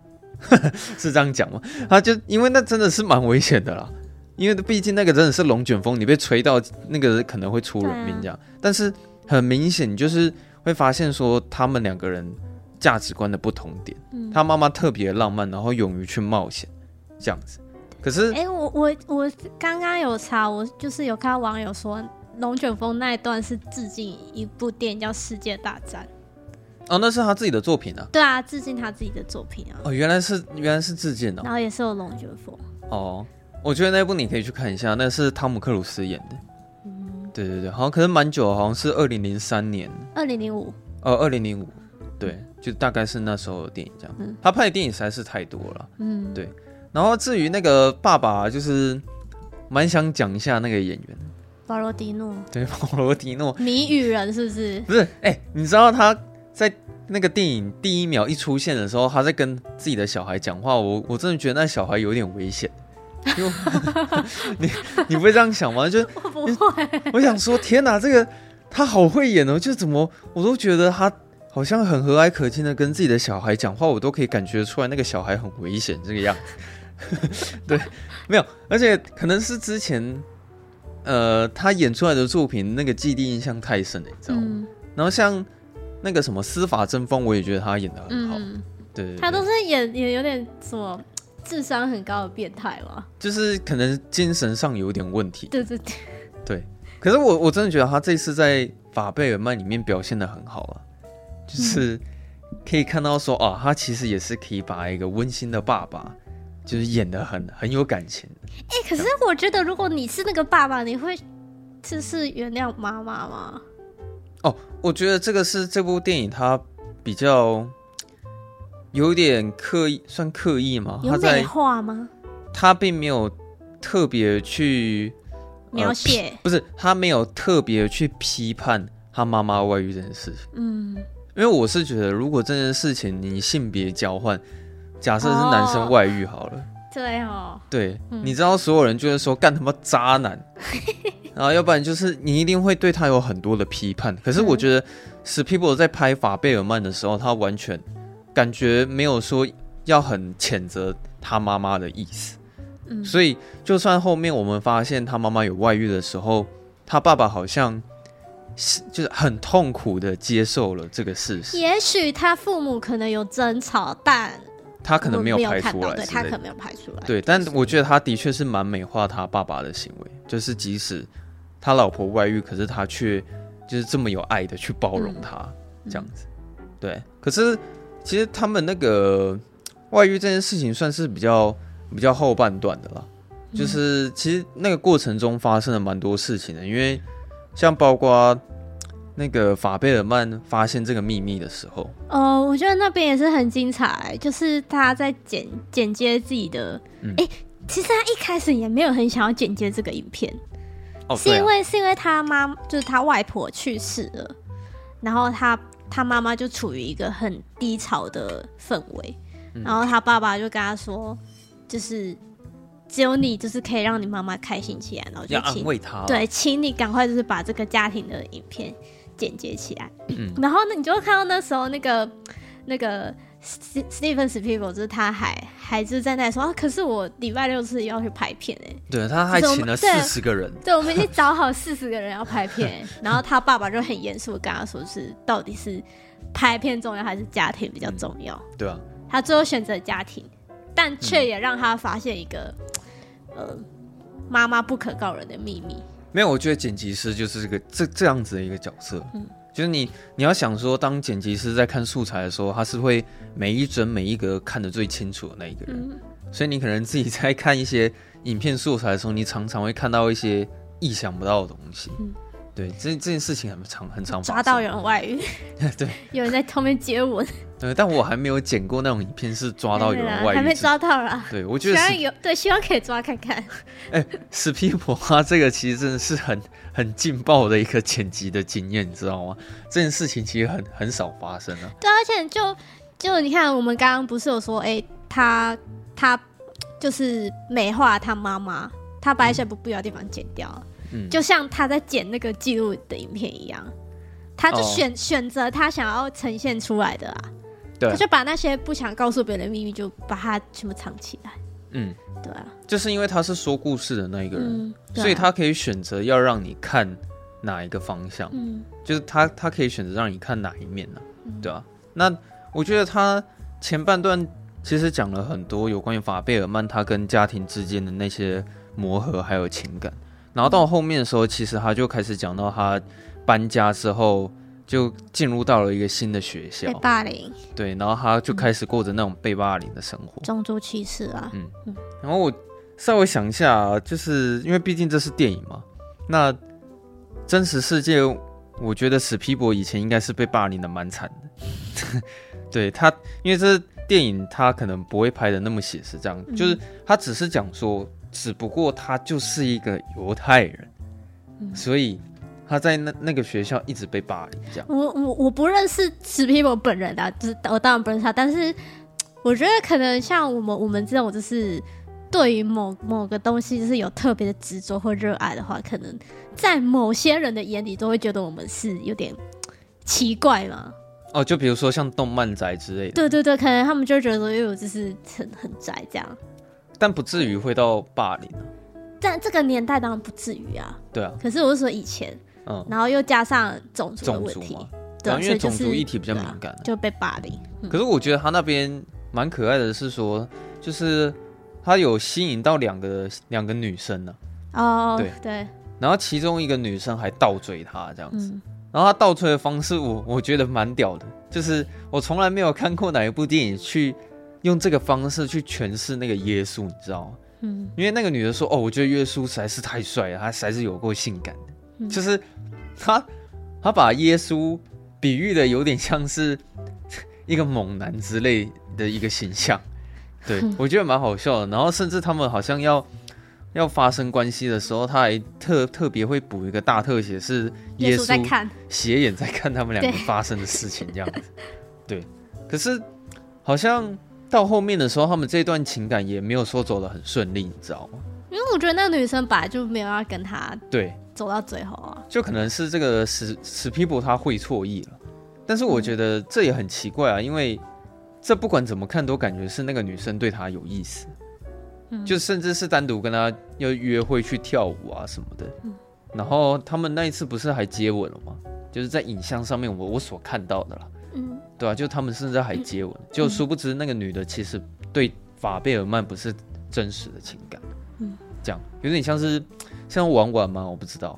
[SPEAKER 2] 是这样讲吗？他就因为那真的是蛮危险的啦，因为毕竟那个真的是龙卷风，你被吹到那个可能会出人命这样。但是很明显，就是会发现说他们两个人价值观的不同点。
[SPEAKER 1] 嗯
[SPEAKER 2] 他妈妈特别浪漫，然后勇于去冒险，这样子。可是
[SPEAKER 1] 哎、我我我刚刚有查，我就是有看到网友说龙卷风那一段是致敬一部电影叫《世界大战》，
[SPEAKER 2] 哦，那是他自己的作品啊。
[SPEAKER 1] 对啊，致敬他自己的作品啊，
[SPEAKER 2] 哦，原来是原来是致敬哦。
[SPEAKER 1] 然后也是有龙卷风，
[SPEAKER 2] 哦，我觉得那部你可以去看一下，那是汤姆克鲁斯演的。对对对，好像可能蛮久了，好像是二零零三年，
[SPEAKER 1] 二零零五，
[SPEAKER 2] 呃，二零零五，对，就大概是那时候的电影这样。他拍的电影实在是太多了。
[SPEAKER 1] 嗯，
[SPEAKER 2] 对然后至于那个爸爸，就是蛮想讲一下那个演员，
[SPEAKER 1] 保罗迪诺，
[SPEAKER 2] 对， 保罗迪诺，
[SPEAKER 1] 谜语人是不是？
[SPEAKER 2] 不是，哎、你知道他在那个电影第一秒一出现的时候，他在跟自己的小孩讲话，我我真的觉得那小孩有点危险。因为 你你不会这样想吗？就是
[SPEAKER 1] 我不会，
[SPEAKER 2] 我想说，天哪，这个他好会演哦！就怎么我都觉得他好像很和蔼可亲的跟自己的小孩讲话，我都可以感觉出来那个小孩很危险这个样 子。对，没有，而且可能是之前呃他演出来的作品那个记忆印象太深了，你知道吗？
[SPEAKER 1] 嗯
[SPEAKER 2] 然后像那个什么司法争锋，我也觉得他演的很好，
[SPEAKER 1] 嗯，
[SPEAKER 2] 对对对，
[SPEAKER 1] 他都是演也有点什么智商很高的变态嘛，
[SPEAKER 2] 就是可能精神上有点问题，
[SPEAKER 1] 对对对，
[SPEAKER 2] 对。可是我我真的觉得他这次在法贝尔曼里面表现的很好啊，就是可以看到说啊，他其实也是可以把一个温馨的爸爸，就是演的很很有感情。
[SPEAKER 1] 哎、可是我觉得如果你是那个爸爸，你会就是原谅妈妈吗？
[SPEAKER 2] 我觉得这个是这部电影它比较有点刻意，算刻意吗？
[SPEAKER 1] 有
[SPEAKER 2] 哦他
[SPEAKER 1] 美
[SPEAKER 2] 在呃
[SPEAKER 1] 化吗？
[SPEAKER 2] 他并没有特别去呃
[SPEAKER 1] 描写，
[SPEAKER 2] 不是他没有特别去批判他妈妈外遇这件事情，
[SPEAKER 1] 嗯，
[SPEAKER 2] 因为我是觉得，如果这件事情你性别交换，假设是男生外遇好了，
[SPEAKER 1] 对哦，
[SPEAKER 2] 对，
[SPEAKER 1] 嗯
[SPEAKER 2] 你知道所有人就会说干他妈 渣男，然后要不然就是你一定会对他有很多的批判。可是我觉得史皮博在拍法贝尔曼的时候，他完全感觉没有说要很谴责他妈妈的意思。
[SPEAKER 1] 嗯
[SPEAKER 2] 所以就算后面我们发现他妈妈有外遇的时候，他爸爸好像是就是很痛苦的接受了这个事实，
[SPEAKER 1] 也许他父母可能有争吵，但
[SPEAKER 2] 他可能
[SPEAKER 1] 我
[SPEAKER 2] 没
[SPEAKER 1] 没
[SPEAKER 2] 有拍
[SPEAKER 1] 看
[SPEAKER 2] 出
[SPEAKER 1] 到，
[SPEAKER 2] 来
[SPEAKER 1] 对
[SPEAKER 2] 之
[SPEAKER 1] 他
[SPEAKER 2] 类
[SPEAKER 1] 可
[SPEAKER 2] 的。
[SPEAKER 1] 能没有拍出来。
[SPEAKER 2] 对，但我觉得他的确是蛮美化他爸爸的行为，就是即使他老婆外遇，可是他却就是这么有爱的去包
[SPEAKER 1] 嗯
[SPEAKER 2] 容他、这样子。对，可是其实他们那个外遇这件事情算是比较比较后半段的啦，
[SPEAKER 1] 嗯
[SPEAKER 2] 就是其实那个过程中发生了蛮多事情的，因为像包括那个法贝尔曼发现这个秘密的时候，
[SPEAKER 1] 哦，我觉得那边也是很精彩，就是他在剪剪接自己的，哎、
[SPEAKER 2] 嗯
[SPEAKER 1] 其实他一开始也没有很想要剪接这个影片，
[SPEAKER 2] 哦，
[SPEAKER 1] 是
[SPEAKER 2] 对
[SPEAKER 1] 因
[SPEAKER 2] 啊，
[SPEAKER 1] 为是因为他妈就是他外婆去世了，然后他他妈妈就处于一个很低潮的氛围，
[SPEAKER 2] 嗯
[SPEAKER 1] 然后他爸爸就跟他说，就是只有你就是可以让你妈妈开心起来，然后就
[SPEAKER 2] 要安
[SPEAKER 1] 请
[SPEAKER 2] 慰他啦，啊
[SPEAKER 1] 对，请你赶快就是把这个家庭的影片剪接起来。
[SPEAKER 2] 嗯
[SPEAKER 1] 然后呢，你就会看到那时候那个那个 Ste- Steven s p i e l b e 就是他还还就是在那说、啊，可是我礼拜六是要去拍片哎、
[SPEAKER 2] 对，他还
[SPEAKER 1] 就是我
[SPEAKER 2] 请了
[SPEAKER 1] 们
[SPEAKER 2] 四
[SPEAKER 1] 对啊
[SPEAKER 2] 十个人。
[SPEAKER 1] 对，我们已经找好四十个人要拍片 欸、然后他爸爸就很严肃的跟他说是，到底是拍片重要还是家庭比较重要？
[SPEAKER 2] 对啊，
[SPEAKER 1] 他最后选择家庭，但却也让他发现一个，呃，妈妈不可告人的秘密。嗯
[SPEAKER 2] 没有，我觉得剪辑师就是这个这这样子的一个角色，就是你你要想说，当剪辑师在看素材的时候，他是会每一帧每一格看得最清楚的那一个人，
[SPEAKER 1] 嗯，
[SPEAKER 2] 所以你可能自己在看一些影片素材的时候，你常常会看到一些意想不到的东西。
[SPEAKER 1] 嗯
[SPEAKER 2] 对，这这件事情很常很常发
[SPEAKER 1] 抓到
[SPEAKER 2] 生
[SPEAKER 1] 人外语，
[SPEAKER 2] 对，
[SPEAKER 1] 有人在后面接吻，
[SPEAKER 2] 对，但我还没有剪过那种影片是 抓到有人
[SPEAKER 1] 对
[SPEAKER 2] 外
[SPEAKER 1] 啦 还没
[SPEAKER 2] 遇。
[SPEAKER 1] 抓到啦。
[SPEAKER 2] 对，我觉
[SPEAKER 1] 希
[SPEAKER 2] 得
[SPEAKER 1] 望
[SPEAKER 2] 史
[SPEAKER 1] 有对，希望可以抓看看。
[SPEAKER 2] 史皮博他这个其实真的是很很劲爆的一个剪辑的经验，你知道吗？这件事情其实很很少发生啊。
[SPEAKER 1] 对，而且就就你看，我们刚刚不是有说，哎、他他就是美化他妈妈，他把一些不必要的地方剪掉了，
[SPEAKER 2] 嗯，
[SPEAKER 1] 就像他在剪那个记录的影片一样，他就
[SPEAKER 2] 哦
[SPEAKER 1] 选、选择他想要呈现出来的啊，
[SPEAKER 2] 对
[SPEAKER 1] 他就把那些不想告诉别人的秘密，就把它全部藏起来，
[SPEAKER 2] 嗯，
[SPEAKER 1] 对啊，
[SPEAKER 2] 就是因为他是说故事的那一个人，
[SPEAKER 1] 嗯，对啊
[SPEAKER 2] 所以他可以选择要让你看哪一个方向，
[SPEAKER 1] 嗯
[SPEAKER 2] 就是他他可以选择让你看哪一面呢、对吧、那我觉得他前半段其实讲了很多有关于法贝尔曼他跟家庭之间的那些磨合还有情感，然后到后面的时候，其实他就开始讲到他搬家之后就进入到了一个新的学校
[SPEAKER 1] 被，霸凌、
[SPEAKER 2] 对，然后他就开始过着那种被霸凌的生活。
[SPEAKER 1] 种族歧视啊，
[SPEAKER 2] 然后我稍微想一下，就是因为毕竟这是电影嘛，那真实世界，我觉得史皮博以前应该是被霸凌的蛮惨的。 对他，因为这电影他可能不会拍的那么写实，这样、就是他只是讲说，只不过他就是一个犹太人，所以他在那那个学校一直被霸凌，这样。
[SPEAKER 1] 我我我不认识史皮博本人的，就是我当然不认识他，但是我觉得可能像我们我们这种就是对于某某个东西就是有特别的执着或热爱的话，可能在某些人的眼里都会觉得我们是有点奇怪嘛。
[SPEAKER 2] 哦，就比如说像动漫宅之类的，
[SPEAKER 1] 对对对，可能他们就会觉得说，因为我就是很很宅这样。
[SPEAKER 2] 但不至于会到霸凌啊。
[SPEAKER 1] 但这个年代当然不至于啊，
[SPEAKER 2] 对啊，
[SPEAKER 1] 可是我是说以前，
[SPEAKER 2] 嗯，
[SPEAKER 1] 然后又加上种族的
[SPEAKER 2] 种
[SPEAKER 1] 问
[SPEAKER 2] 族
[SPEAKER 1] 题
[SPEAKER 2] 嘛，，
[SPEAKER 1] 对
[SPEAKER 2] 然
[SPEAKER 1] 啊，
[SPEAKER 2] 后因
[SPEAKER 1] 所
[SPEAKER 2] 为
[SPEAKER 1] 以就
[SPEAKER 2] 种
[SPEAKER 1] 是
[SPEAKER 2] 族议题比较敏
[SPEAKER 1] 对啊
[SPEAKER 2] 感啊、
[SPEAKER 1] 就被霸凌。嗯
[SPEAKER 2] 可是我觉得他那边蛮可爱的，是说就是他有吸引到两个两个女生呢、
[SPEAKER 1] 哦
[SPEAKER 2] 对，
[SPEAKER 1] 对，
[SPEAKER 2] 然后其中一个女生还倒追他这样子，
[SPEAKER 1] 嗯，
[SPEAKER 2] 然后他倒追的方式我我觉得蛮屌的，就是我从来没有看过哪一部电影去用这个方式去诠释那个耶稣，你知道吗？
[SPEAKER 1] 嗯，
[SPEAKER 2] 因为那个女的说：“哦，我觉得耶稣实在是太帅了，他实在是有够性感的。
[SPEAKER 1] 嗯
[SPEAKER 2] 就是他他把耶稣比喻的有点像是一个猛男之类的一个形象， 对我觉得蛮好笑的。然后甚至他们好像要要发生关系的时候，他还特特别会补一个大特写，是耶
[SPEAKER 1] 耶
[SPEAKER 2] 稣
[SPEAKER 1] 稣在看，
[SPEAKER 2] 斜眼在看他们两个
[SPEAKER 1] 对
[SPEAKER 2] 发生的事情这样子。 对，可是好像到后面的时候，他们这段情感也没有说走得很顺利，你知道吗？
[SPEAKER 1] 因为我觉得那个女生本来就没有要跟他
[SPEAKER 2] 对，
[SPEAKER 1] 走到最后啊。
[SPEAKER 2] 就可能是这个史史皮博他会错意了，但是我觉
[SPEAKER 1] 嗯
[SPEAKER 2] 得这也很奇怪啊，因为这不管怎么看都感觉是那个女生对他有意思，
[SPEAKER 1] 嗯
[SPEAKER 2] 就甚至是单独跟他要约会去跳舞啊什么的。
[SPEAKER 1] 嗯
[SPEAKER 2] 然后他们那一次不是还接吻了吗？就是在影像上面我我所看到的啦。
[SPEAKER 1] 嗯，
[SPEAKER 2] 对啊，就他们甚至还接吻，就殊不知那个女的其实对法贝尔曼不是真实的情感，
[SPEAKER 1] 嗯，
[SPEAKER 2] 这样有点像是像玩玩吗？我不知道，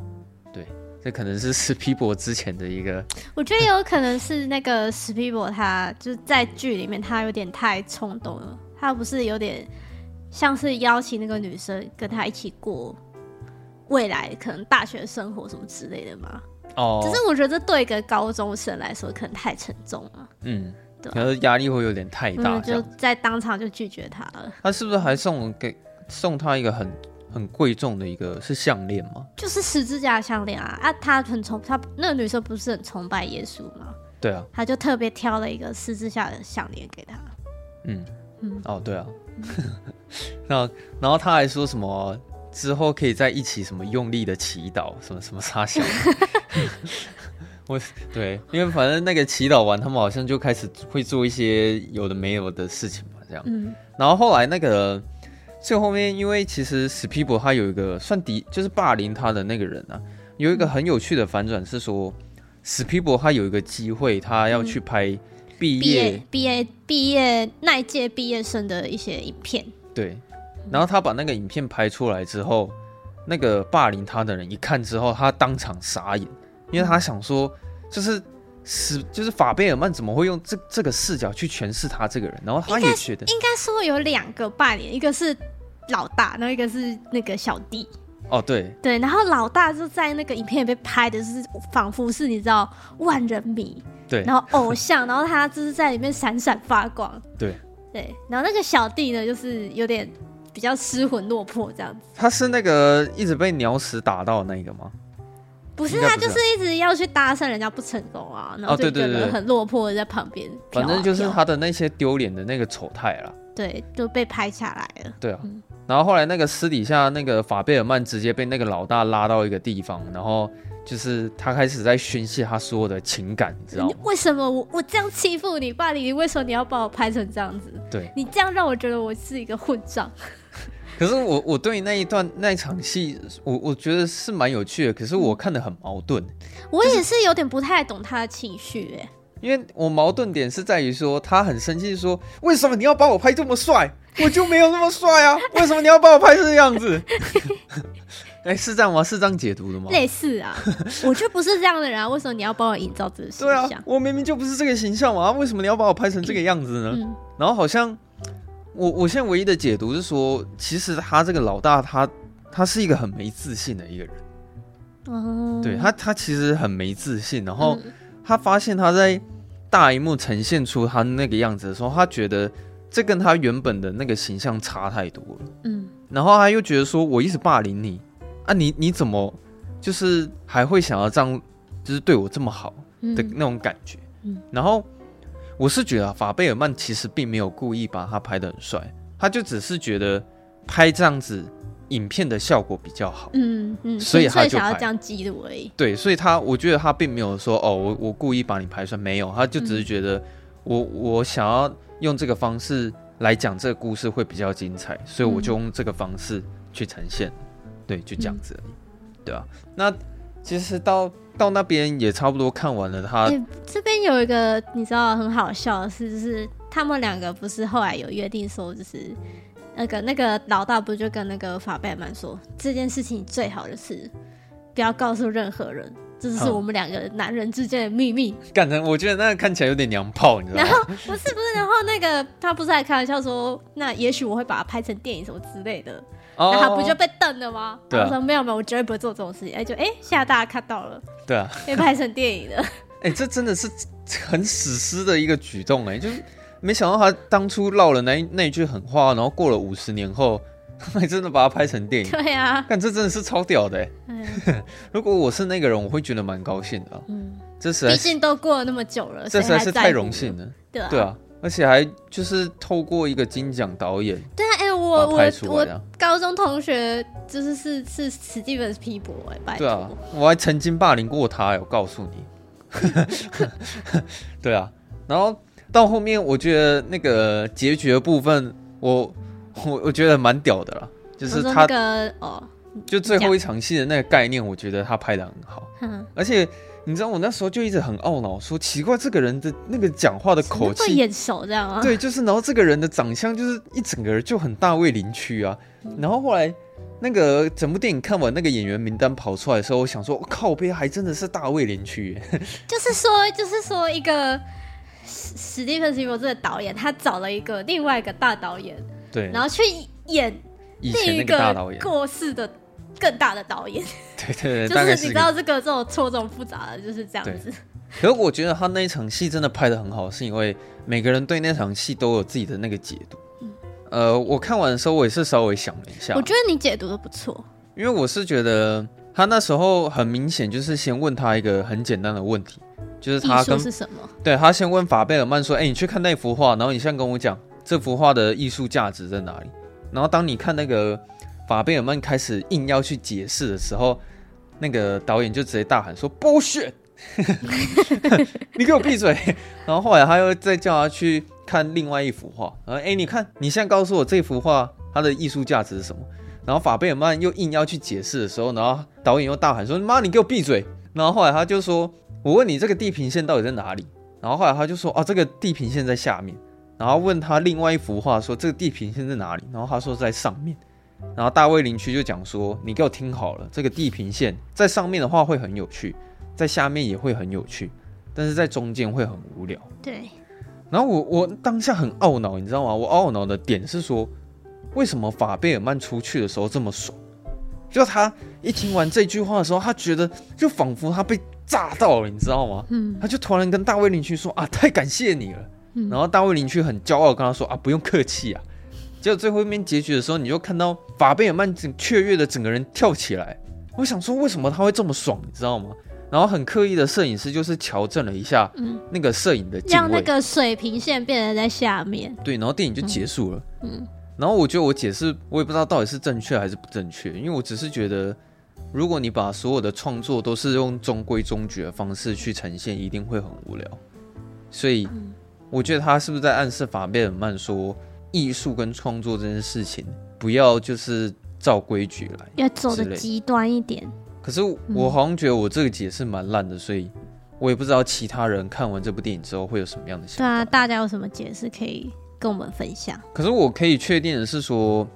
[SPEAKER 2] 对，这可能是史皮博之前的一个，
[SPEAKER 1] 我觉得有可能是那个史皮博他就是在剧里面他有点太冲动了，他不是有点像是邀请那个女生跟他一起过未来可能大学生活什么之类的嘛。
[SPEAKER 2] 哦，
[SPEAKER 1] 只是我觉得这对一个高中生来说可能太沉重了，
[SPEAKER 2] 嗯，
[SPEAKER 1] 对啊
[SPEAKER 2] 然后压力会有点太大，
[SPEAKER 1] 嗯，
[SPEAKER 2] 这
[SPEAKER 1] 就
[SPEAKER 2] 样，
[SPEAKER 1] 在当场就拒绝他了。
[SPEAKER 2] 他是不是还送给送他一个很很贵重的一个是项链吗？
[SPEAKER 1] 就是十字架项链啊啊！他很崇他那个女生不是很崇拜耶稣吗？
[SPEAKER 2] 对啊，
[SPEAKER 1] 他就特别挑了一个十字架的项链给他。
[SPEAKER 2] 嗯，
[SPEAKER 1] 嗯
[SPEAKER 2] 哦，对啊， 那然后他还说什么之后可以在一起什么用力的祈祷，什么什么傻小的， 我对，因为反正那个祈祷完，他们好像就开始会做一些有的没有的事情嘛，这样。
[SPEAKER 1] 嗯
[SPEAKER 2] 然后后来那个最后面，因为其实史皮博他有一个算敌，就是霸凌他的那个人啊，有一个很有趣的反转是说，史皮博他有一个机会，他要去拍
[SPEAKER 1] 毕
[SPEAKER 2] 毕业
[SPEAKER 1] 业毕业毕业那一届毕业生的一些影片，
[SPEAKER 2] 对，
[SPEAKER 1] 嗯
[SPEAKER 2] 然后他把那个影片拍出来之后，
[SPEAKER 1] 嗯
[SPEAKER 2] 那个霸凌他的人一看之后，他当场傻眼，因为他想说，就是史，就是法贝尔曼怎么会用这这个视角去诠释他这个人？然后他也觉得，
[SPEAKER 1] 应该说有两个扮演，一个是老大，然后一个是那个小弟。
[SPEAKER 2] 哦，对，
[SPEAKER 1] 对，然后老大就在那个影片里被拍的，就是仿佛是你知道万人迷，
[SPEAKER 2] 对，
[SPEAKER 1] 然后偶像，然后他就是在里面闪闪发光。
[SPEAKER 2] 对
[SPEAKER 1] 对，然后那个小弟呢，就是有点比较失魂落魄这样子。
[SPEAKER 2] 他是那个一直被鸟屎打到的那个
[SPEAKER 1] 嗯
[SPEAKER 2] 吗？
[SPEAKER 1] 不是
[SPEAKER 2] 应该
[SPEAKER 1] 他
[SPEAKER 2] 不是
[SPEAKER 1] 就
[SPEAKER 2] 啊
[SPEAKER 1] 是一直要去搭讪人家不成功啊，然后
[SPEAKER 2] 哦
[SPEAKER 1] 就
[SPEAKER 2] 对
[SPEAKER 1] 一个
[SPEAKER 2] 对对
[SPEAKER 1] 人
[SPEAKER 2] 对
[SPEAKER 1] 很落魄的在旁边飘啊飘。
[SPEAKER 2] 反正就是他的那些丢脸的那个丑态啦。
[SPEAKER 1] 对，就被拍下来了。
[SPEAKER 2] 对啊，然后后来那个私底下那个法贝尔曼直接被那个老大拉到一个地方，然后就是他开始在宣泄他所有的情感，你知道
[SPEAKER 1] 你
[SPEAKER 2] 吗？
[SPEAKER 1] 为什么我我这样欺负你，霸凌你？为什么你要把我拍成这样子？
[SPEAKER 2] 对。
[SPEAKER 1] 你这样让我觉得我是一个混账。
[SPEAKER 2] 可是我我对那一段那一场戏，我我觉得是蛮有趣的，可是我看得很矛盾，
[SPEAKER 1] 我也是有点不太懂他的情绪、哎，
[SPEAKER 2] 因为我矛盾点是在于说他很生气，说为什么你要把我拍这么帅？我就没有那么帅 啊，为什么你要把我拍这样子？ 哎，是这样吗？是这样解读的吗？
[SPEAKER 1] 类似 啊，我就不是这样的人啊，为什么你要帮我营造这个形
[SPEAKER 2] 对啊
[SPEAKER 1] 象？，
[SPEAKER 2] 我明明就不是这个形象嘛，啊为什么你要把我拍成这个样子呢？
[SPEAKER 1] 嗯
[SPEAKER 2] 然后好像我我现在唯一的解读是说，其实他这个老大他他是一个很没自信的一个人，
[SPEAKER 1] 哦，
[SPEAKER 2] 对他他其实很没自信，然后
[SPEAKER 1] 嗯
[SPEAKER 2] 他发现他在大荧幕呈现出他那个样子的时候，他觉得这跟他原本的那个形象差太多了，
[SPEAKER 1] 嗯
[SPEAKER 2] 然后他又觉得说我一直霸凌你啊你，你怎么就是还会想要这样，就是对我这么好？
[SPEAKER 1] 嗯
[SPEAKER 2] 的那种感觉。
[SPEAKER 1] 嗯
[SPEAKER 2] 然后我是觉得啊法贝尔曼其实并没有故意把他拍得很帅，他就只是觉得拍这样子影片的效果比较好。
[SPEAKER 1] 嗯嗯，
[SPEAKER 2] 所以
[SPEAKER 1] 纯
[SPEAKER 2] 他
[SPEAKER 1] 粹
[SPEAKER 2] 就
[SPEAKER 1] 想要
[SPEAKER 2] 拍
[SPEAKER 1] 这样激怒而已。
[SPEAKER 2] 对，所以他我觉得他并没有说哦，我我故意把你拍帅，没有，他就只是
[SPEAKER 1] 嗯
[SPEAKER 2] 觉得我、我想要用这个方式来讲这个故事会比较精彩，所以我
[SPEAKER 1] 嗯
[SPEAKER 2] 就用这个方式去呈现，对，就这样子而已，对啊，那其实到到那边也差不多看完了他，
[SPEAKER 1] 哎这边有一个你知道很好笑的事，就是他们两个不是后来有约定说，就是那个那个老大不就跟那个法贝曼说，这件事情最好的是不要告诉任何人，这是
[SPEAKER 2] 嗯
[SPEAKER 1] 我们两个男人之间的秘密。
[SPEAKER 2] 干成我觉得那个看起来有点娘炮，你知道
[SPEAKER 1] 然
[SPEAKER 2] 吗？
[SPEAKER 1] 后不是不是，然后那个他不是还开玩笑说，那也许我会把它拍成电影什么之类的，
[SPEAKER 2] 哦
[SPEAKER 1] 那他不就被瞪了吗？
[SPEAKER 2] 对啊
[SPEAKER 1] 我说没有没有，我绝对不会做这种事情。哎，就哎，现在大家看到了，
[SPEAKER 2] 对啊？
[SPEAKER 1] 被拍成电影 了。
[SPEAKER 2] 哎、这真的是很史诗的一个举动哎、就是没想到他当初唠了那一那一句狠话，然后过了五十年后，他们真的把它拍成电影，
[SPEAKER 1] 对啊，
[SPEAKER 2] 干这真的是超屌的、哎
[SPEAKER 1] 哎呀
[SPEAKER 2] 如果我是那个人，我会觉得蛮高兴的啊、
[SPEAKER 1] 嗯，
[SPEAKER 2] 这实在
[SPEAKER 1] 毕
[SPEAKER 2] 是
[SPEAKER 1] 竟都过了那么久了，
[SPEAKER 2] 这实在是太荣
[SPEAKER 1] 了，
[SPEAKER 2] 幸了，
[SPEAKER 1] 对啊，
[SPEAKER 2] 对啊，而且还就是透过一个金奖导演
[SPEAKER 1] 对啊，哎，
[SPEAKER 2] 把
[SPEAKER 1] 我
[SPEAKER 2] 它拍
[SPEAKER 1] 我
[SPEAKER 2] 出来
[SPEAKER 1] 我
[SPEAKER 2] 的啊，
[SPEAKER 1] 高中同学就是是是史蒂文斯皮博哎，拜
[SPEAKER 2] 对啊
[SPEAKER 1] 托，，
[SPEAKER 2] 我还曾经霸凌过他、哎我告诉你。 对啊，然后到后面我觉得那个结局的部分，我 我我觉得蛮屌的啦，就
[SPEAKER 1] 就是那
[SPEAKER 2] 他
[SPEAKER 1] 个哦，
[SPEAKER 2] 就最后一场戏的那个概念，我觉得他拍的很好，
[SPEAKER 1] 哼，
[SPEAKER 2] 而且。你知道我那时候就一直很懊恼，说奇怪这个人的那个讲话的口
[SPEAKER 1] 那么
[SPEAKER 2] 气，
[SPEAKER 1] 眼熟这样啊，
[SPEAKER 2] 对，就是然后这个人的长相就是一整个人就很大卫林区啊。然后后来那个整部电影看完那个演员名单跑出来的时候，我想说，我靠，背还真的是大卫林区耶，
[SPEAKER 1] 就是说，就是说，一个史史蒂芬·史皮伯这个导演，他找了一个另外一个大导演，
[SPEAKER 2] 对，
[SPEAKER 1] 然后去演
[SPEAKER 2] 以前
[SPEAKER 1] 另一
[SPEAKER 2] 那个大导演，
[SPEAKER 1] 过世的更大的导演，
[SPEAKER 2] 对对对，
[SPEAKER 1] 就
[SPEAKER 2] 大概
[SPEAKER 1] 是
[SPEAKER 2] 是
[SPEAKER 1] 你
[SPEAKER 2] 一
[SPEAKER 1] 知
[SPEAKER 2] 个
[SPEAKER 1] 道这个这种错综复杂的就是这样子。
[SPEAKER 2] 可是我觉得他那一场戏真的拍的很好，是因为每个人对那场戏都有自己的那个解读。呃，我看完的时候，我也是稍微想了一下
[SPEAKER 1] 嗯我，觉得你解读的不错，
[SPEAKER 2] 因为我是觉得他那时候很明显就是先问他一个很简单的问题，就是他
[SPEAKER 1] 艺
[SPEAKER 2] 跟
[SPEAKER 1] 术是什么？
[SPEAKER 2] 对他先问法贝尔曼说：“哎、你去看那幅画，然后你现在跟我讲这幅画的艺术价值在哪里？”然后当你看那个法贝尔曼开始硬要去解释的时候，那个导演就直接大喊说：“bullshit！你给我闭嘴！”然后后来他又再叫他去看另外一幅画，然后哎、你看你现在告诉我这幅画它的艺术价值是什么？然后法贝尔曼又硬要去解释的时候，然后导演又大喊说：“妈，你给我闭嘴！”然后后来他就说：“我问你这个地平线到底在哪里？”然后后来他就说：“哦，这个地平线在下面。”然后问他另外一幅画说：“这个地平线在哪里？”然后他说在上面。然后大卫林区就讲说：“你给我听好了，这个地平线在上面的话会很有趣，在下面也会很有趣。但是在中间会很无聊。
[SPEAKER 1] 对，
[SPEAKER 2] 然后我我当下很懊恼，你知道吗？我懊恼的点是说，为什么法贝尔曼出去的时候这么爽？就他一听完这句话的时候，他觉得就仿佛他被炸到了，你知道吗？
[SPEAKER 1] 嗯
[SPEAKER 2] 他就突然跟大卫林区说啊，太感谢你了。
[SPEAKER 1] 嗯
[SPEAKER 2] 然后大卫林区很骄傲地跟他说啊，不用客气啊。结果最后面结局的时候，你就看到法贝尔曼整雀跃的整个人跳起来。我想说，为什么他会这么爽，你知道吗？然后很刻意的摄影师就是调整了一下
[SPEAKER 1] 嗯，
[SPEAKER 2] 那个摄影的镜
[SPEAKER 1] 让
[SPEAKER 2] 位
[SPEAKER 1] 那，个水平线变得在下面。
[SPEAKER 2] 对，然后电影就结束了。
[SPEAKER 1] 嗯
[SPEAKER 2] 然后我觉得我解释，我也不知道到底是正确还是不正确，因为我只是觉得，如果你把所有的创作都是用中规中矩的方式去呈现，一定会很无聊。所以
[SPEAKER 1] 嗯，
[SPEAKER 2] 我觉得他是不是在暗示法贝尔曼说，艺术跟创作这件事情，不要就是照规矩来。
[SPEAKER 1] 要走
[SPEAKER 2] 之
[SPEAKER 1] 的
[SPEAKER 2] 类的
[SPEAKER 1] 极端一点。
[SPEAKER 2] 可是
[SPEAKER 1] 嗯
[SPEAKER 2] 我好像觉得我这个解释蛮烂的，所以我也不知道其他人看完这部电影之后会有什么样的想
[SPEAKER 1] 对
[SPEAKER 2] 法
[SPEAKER 1] 啊，。大家有什么解释可以跟我们分享？
[SPEAKER 2] 可是我可以确定的是说，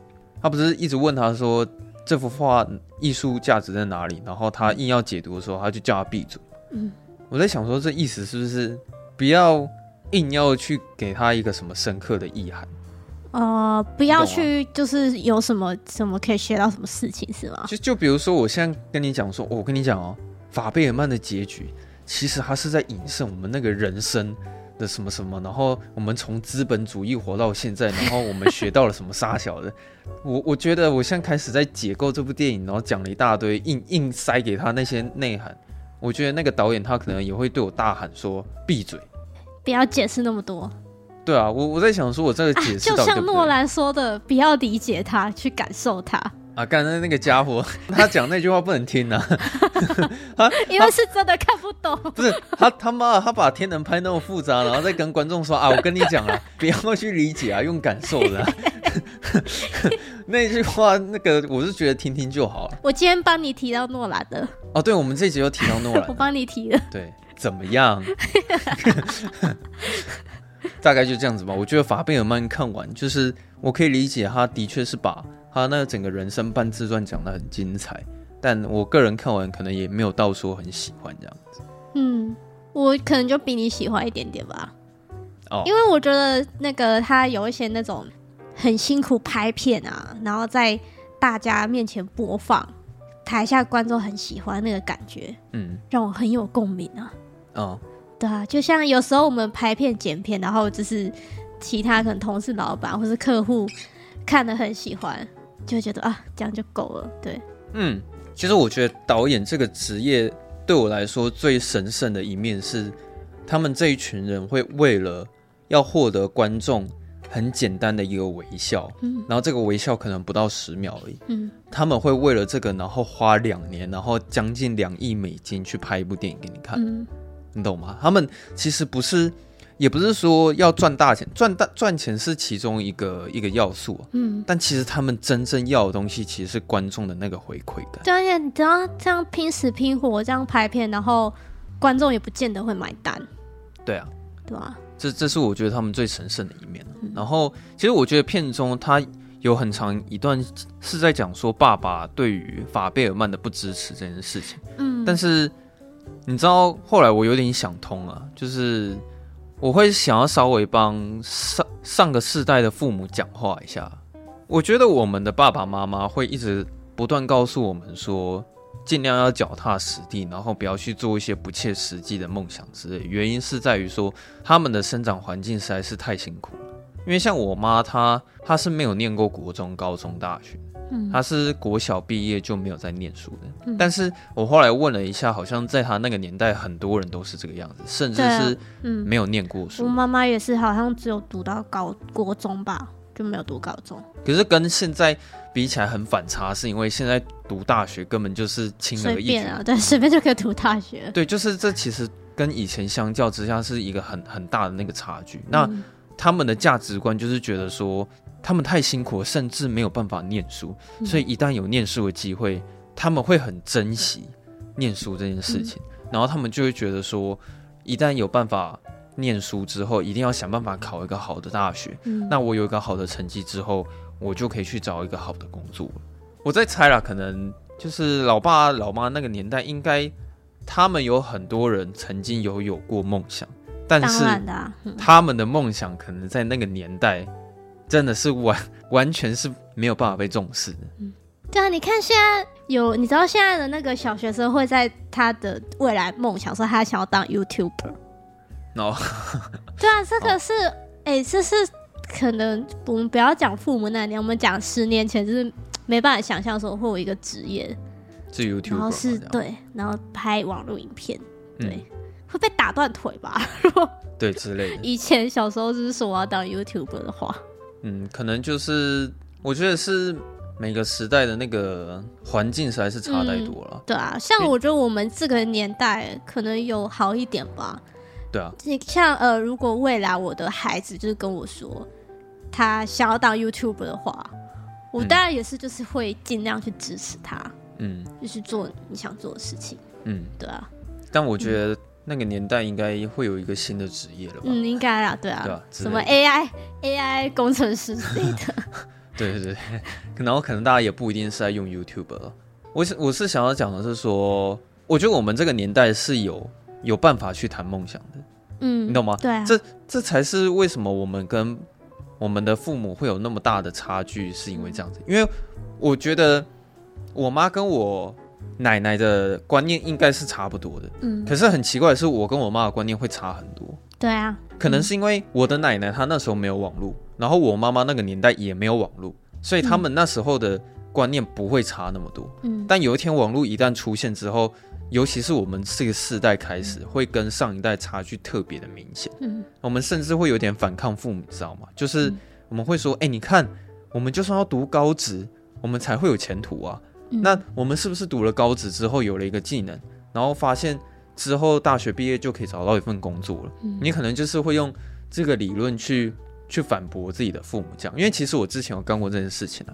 [SPEAKER 2] 他不是一直问他说这幅画艺术价值在哪里，然后他硬要解读的时候，他就叫他闭嘴。
[SPEAKER 1] 嗯，
[SPEAKER 2] 我在想说这意思是不是不要硬要去给他一个什么深刻的意涵，
[SPEAKER 1] 呃，不要
[SPEAKER 2] 你懂吗
[SPEAKER 1] 去，就是有什么什么可以学到什么事情是吗？
[SPEAKER 2] 就就比如说我现在跟你讲说，我跟你讲哦，法贝尔曼的结局其实他是在影射我们那个人生。的什么什么，然后我们从资本主义活到现在，然后我们学到了什么傻小的， 我我觉得我现在开始在解构这部电影，然后讲了一大堆，硬硬塞给他那些内涵。我觉得那个导演他可能也会对我大喊说闭嘴。
[SPEAKER 1] 不要解释那么多，
[SPEAKER 2] 对啊，我我在想说我这个
[SPEAKER 1] 啊
[SPEAKER 2] 解，释
[SPEAKER 1] 就
[SPEAKER 2] 到底对
[SPEAKER 1] 像
[SPEAKER 2] 不
[SPEAKER 1] 诺
[SPEAKER 2] 对
[SPEAKER 1] 兰说的，不要理解他，去感受他，
[SPEAKER 2] 啊？刚才那个家伙 他讲那句话不能听啊，
[SPEAKER 1] 因为是真的看不懂。
[SPEAKER 2] 不是他他妈的他把天能拍那么复杂，然后再跟观众说啊，我跟你讲啊，不要去理解啊，用感受的 啊、那句话那个我是觉得听听就好了。
[SPEAKER 1] 我今天帮你提到诺兰的，
[SPEAKER 2] 哦，对，我们这集又提到诺兰
[SPEAKER 1] 我
[SPEAKER 2] 了，
[SPEAKER 1] 帮你提了。
[SPEAKER 2] 对，怎么样？ 大概就这样子吧。我觉得法贝尔曼看完，就是我可以理解，他的确是把他那整个人生半自传讲得很精彩，但我个人看完可能也没有到说很喜欢这样。
[SPEAKER 1] 嗯，我可能就比你喜欢一点点吧，
[SPEAKER 2] 哦，
[SPEAKER 1] 因为我觉得那个他有一些那种很辛苦拍片啊，然后在大家面前播放，台下观众很喜欢那个感觉，
[SPEAKER 2] 嗯
[SPEAKER 1] 让我很有共鸣啊。
[SPEAKER 2] 哦，
[SPEAKER 1] 对啊，就像有时候我们拍片剪片，然后就是其他可能同事、老板或是客户看的很喜欢，就会觉得啊，这样就够了。对，
[SPEAKER 2] 嗯，其实我觉得导演这个职业对我来说最神圣的一面是，他们这一群人会为了要获得观众很简单的一个微笑，
[SPEAKER 1] 嗯
[SPEAKER 2] 然后这个微笑可能不到十秒而已，
[SPEAKER 1] 嗯，
[SPEAKER 2] 他们会为了这个，然后花两年，然后将近两亿美金去拍一部电影给你看，
[SPEAKER 1] 嗯，
[SPEAKER 2] 你懂吗？他们其实不是，也不是说要赚大钱，赚大赚钱是其中一个一个要素啊，
[SPEAKER 1] 嗯，
[SPEAKER 2] 但其实他们真正要的东西其实是观众的那个回馈感。
[SPEAKER 1] 对，而且你知道这样拼死拼活这样拍片，然后观众也不见得会买单，
[SPEAKER 2] 对啊，
[SPEAKER 1] 对吧、
[SPEAKER 2] 这这是我觉得他们最神圣的一面。啊然后，其实我觉得片中他有很长一段是在讲说爸爸对于法贝尔曼的不支持这件事情。
[SPEAKER 1] 嗯，
[SPEAKER 2] 但是你知道，后来我有点想通了，就是我会想要稍微帮上上个世代的父母讲话一下。我觉得我们的爸爸妈妈会一直不断告诉我们说，尽量要脚踏实地，然后不要去做一些不切实际的梦想之类。原因是在于说，他们的生长环境实在是太辛苦了。因为像我妈，她她是没有念过国中、高中、大学，
[SPEAKER 1] 嗯
[SPEAKER 2] 她是国小毕业就没有在念书的。但是我后来问了一下，好像在她那个年代，很多人都是这个样子，甚至
[SPEAKER 1] 对啊
[SPEAKER 2] 是
[SPEAKER 1] 嗯，
[SPEAKER 2] 没有念过
[SPEAKER 1] 我
[SPEAKER 2] 书。
[SPEAKER 1] 妈妈也是，好像只有读到高国中吧，就没有读高中，
[SPEAKER 2] 可是跟现在比起来很反差，是因为现在读大学根本就是轻而
[SPEAKER 1] 随
[SPEAKER 2] 易举
[SPEAKER 1] 便啊，对，随便就可以读大学。
[SPEAKER 2] 对，就是这其实跟以前相较之下是一个很很大的那个差距。那
[SPEAKER 1] 嗯
[SPEAKER 2] 他们的价值观就是觉得说，他们太辛苦了，甚至没有办法念书，
[SPEAKER 1] 嗯
[SPEAKER 2] 所以一旦有念书的机会，他们会很珍惜念书这件事情，
[SPEAKER 1] 嗯
[SPEAKER 2] 然后他们就会觉得说，一旦有办法念书之后，一定要想办法考一个好的大学。
[SPEAKER 1] 嗯
[SPEAKER 2] 那我有一个好的成绩之后，我就可以去找一个好的工作了。我在猜啦，可能就是老爸老妈那个年代，应该他们有很多人曾经有有过梦想，但
[SPEAKER 1] 当
[SPEAKER 2] 是
[SPEAKER 1] 然的、啊，嗯
[SPEAKER 2] 他们的梦想可能在那个年代真的是完完全是没有办法被重视的。
[SPEAKER 1] 对啊，你看现在有，你知道现在的那个小学生会在他的未来梦想说他想要当 YouTuber，
[SPEAKER 2] 然后
[SPEAKER 1] 对啊，这个是，哎、这是可能我们不要讲父母那年，我们讲十年前，就是没办法想象说会有一个职业，
[SPEAKER 2] 是 YouTube，
[SPEAKER 1] 然后是对，然后拍网络影片，对，
[SPEAKER 2] 嗯
[SPEAKER 1] 会被打断腿吧？
[SPEAKER 2] 对之类的，
[SPEAKER 1] 以前小时候就是说我要当 YouTuber 的话，
[SPEAKER 2] 嗯，可能就是我觉得是每个时代的那个环境实在是差太多了。
[SPEAKER 1] 对啊，像我觉得我们这个年代可能有好一点吧。
[SPEAKER 2] 对啊，
[SPEAKER 1] 你像呃，如果未来我的孩子就是跟我说他想要当 YouTuber 的话，我
[SPEAKER 2] 嗯
[SPEAKER 1] 当然也是就是会尽量去支持他。
[SPEAKER 2] 嗯
[SPEAKER 1] 就是做你想做的事情，
[SPEAKER 2] 嗯，
[SPEAKER 1] 对啊，
[SPEAKER 2] 但我觉得那个年代应该会有一个新的职业了吧？
[SPEAKER 1] 嗯，应该啦，对啊，
[SPEAKER 2] 对啊之
[SPEAKER 1] 什么
[SPEAKER 2] 类
[SPEAKER 1] AI AI 工程师之类 的，
[SPEAKER 2] 对对对，
[SPEAKER 1] 哎
[SPEAKER 2] 然 后可能大家也不一定是在用 YouTube 了。我是我是想要讲的是说，我觉得我们这个年代是有有办法去谈梦想的，
[SPEAKER 1] 嗯，
[SPEAKER 2] 你懂吗
[SPEAKER 1] 对啊，
[SPEAKER 2] 这这才是为什么我们跟我们的父母会有那么大的差距，是因为这样
[SPEAKER 1] 嗯
[SPEAKER 2] 子。因为我觉得我妈跟我奶奶的观念应该是差不多的，
[SPEAKER 1] 嗯，
[SPEAKER 2] 可是很奇怪的是，我跟我妈的观念会差很多。
[SPEAKER 1] 对啊，
[SPEAKER 2] 可能是因为我的奶奶她那时候没有网络，然后我妈妈那个年代也没有网络，所以他们那时候的观念不会差那么多。
[SPEAKER 1] 嗯，
[SPEAKER 2] 但有一天网络一旦出现之后，尤其是我们这个世代开始，会跟上一代差距特别的明显。
[SPEAKER 1] 嗯，
[SPEAKER 2] 我们甚至会有点反抗父母，你知道吗？就是
[SPEAKER 1] 嗯
[SPEAKER 2] 我们会说，哎、你看，我们就算要读高职，我们才会有前途啊。
[SPEAKER 1] 嗯
[SPEAKER 2] 那我们是不是读了高职之后有了一个技能，然后发现之后大学毕业就可以找到一份工作了？
[SPEAKER 1] 嗯
[SPEAKER 2] 你可能就是会用这个理论去去反驳自己的父母，这样。因为其实我之前有干过这件事情啊，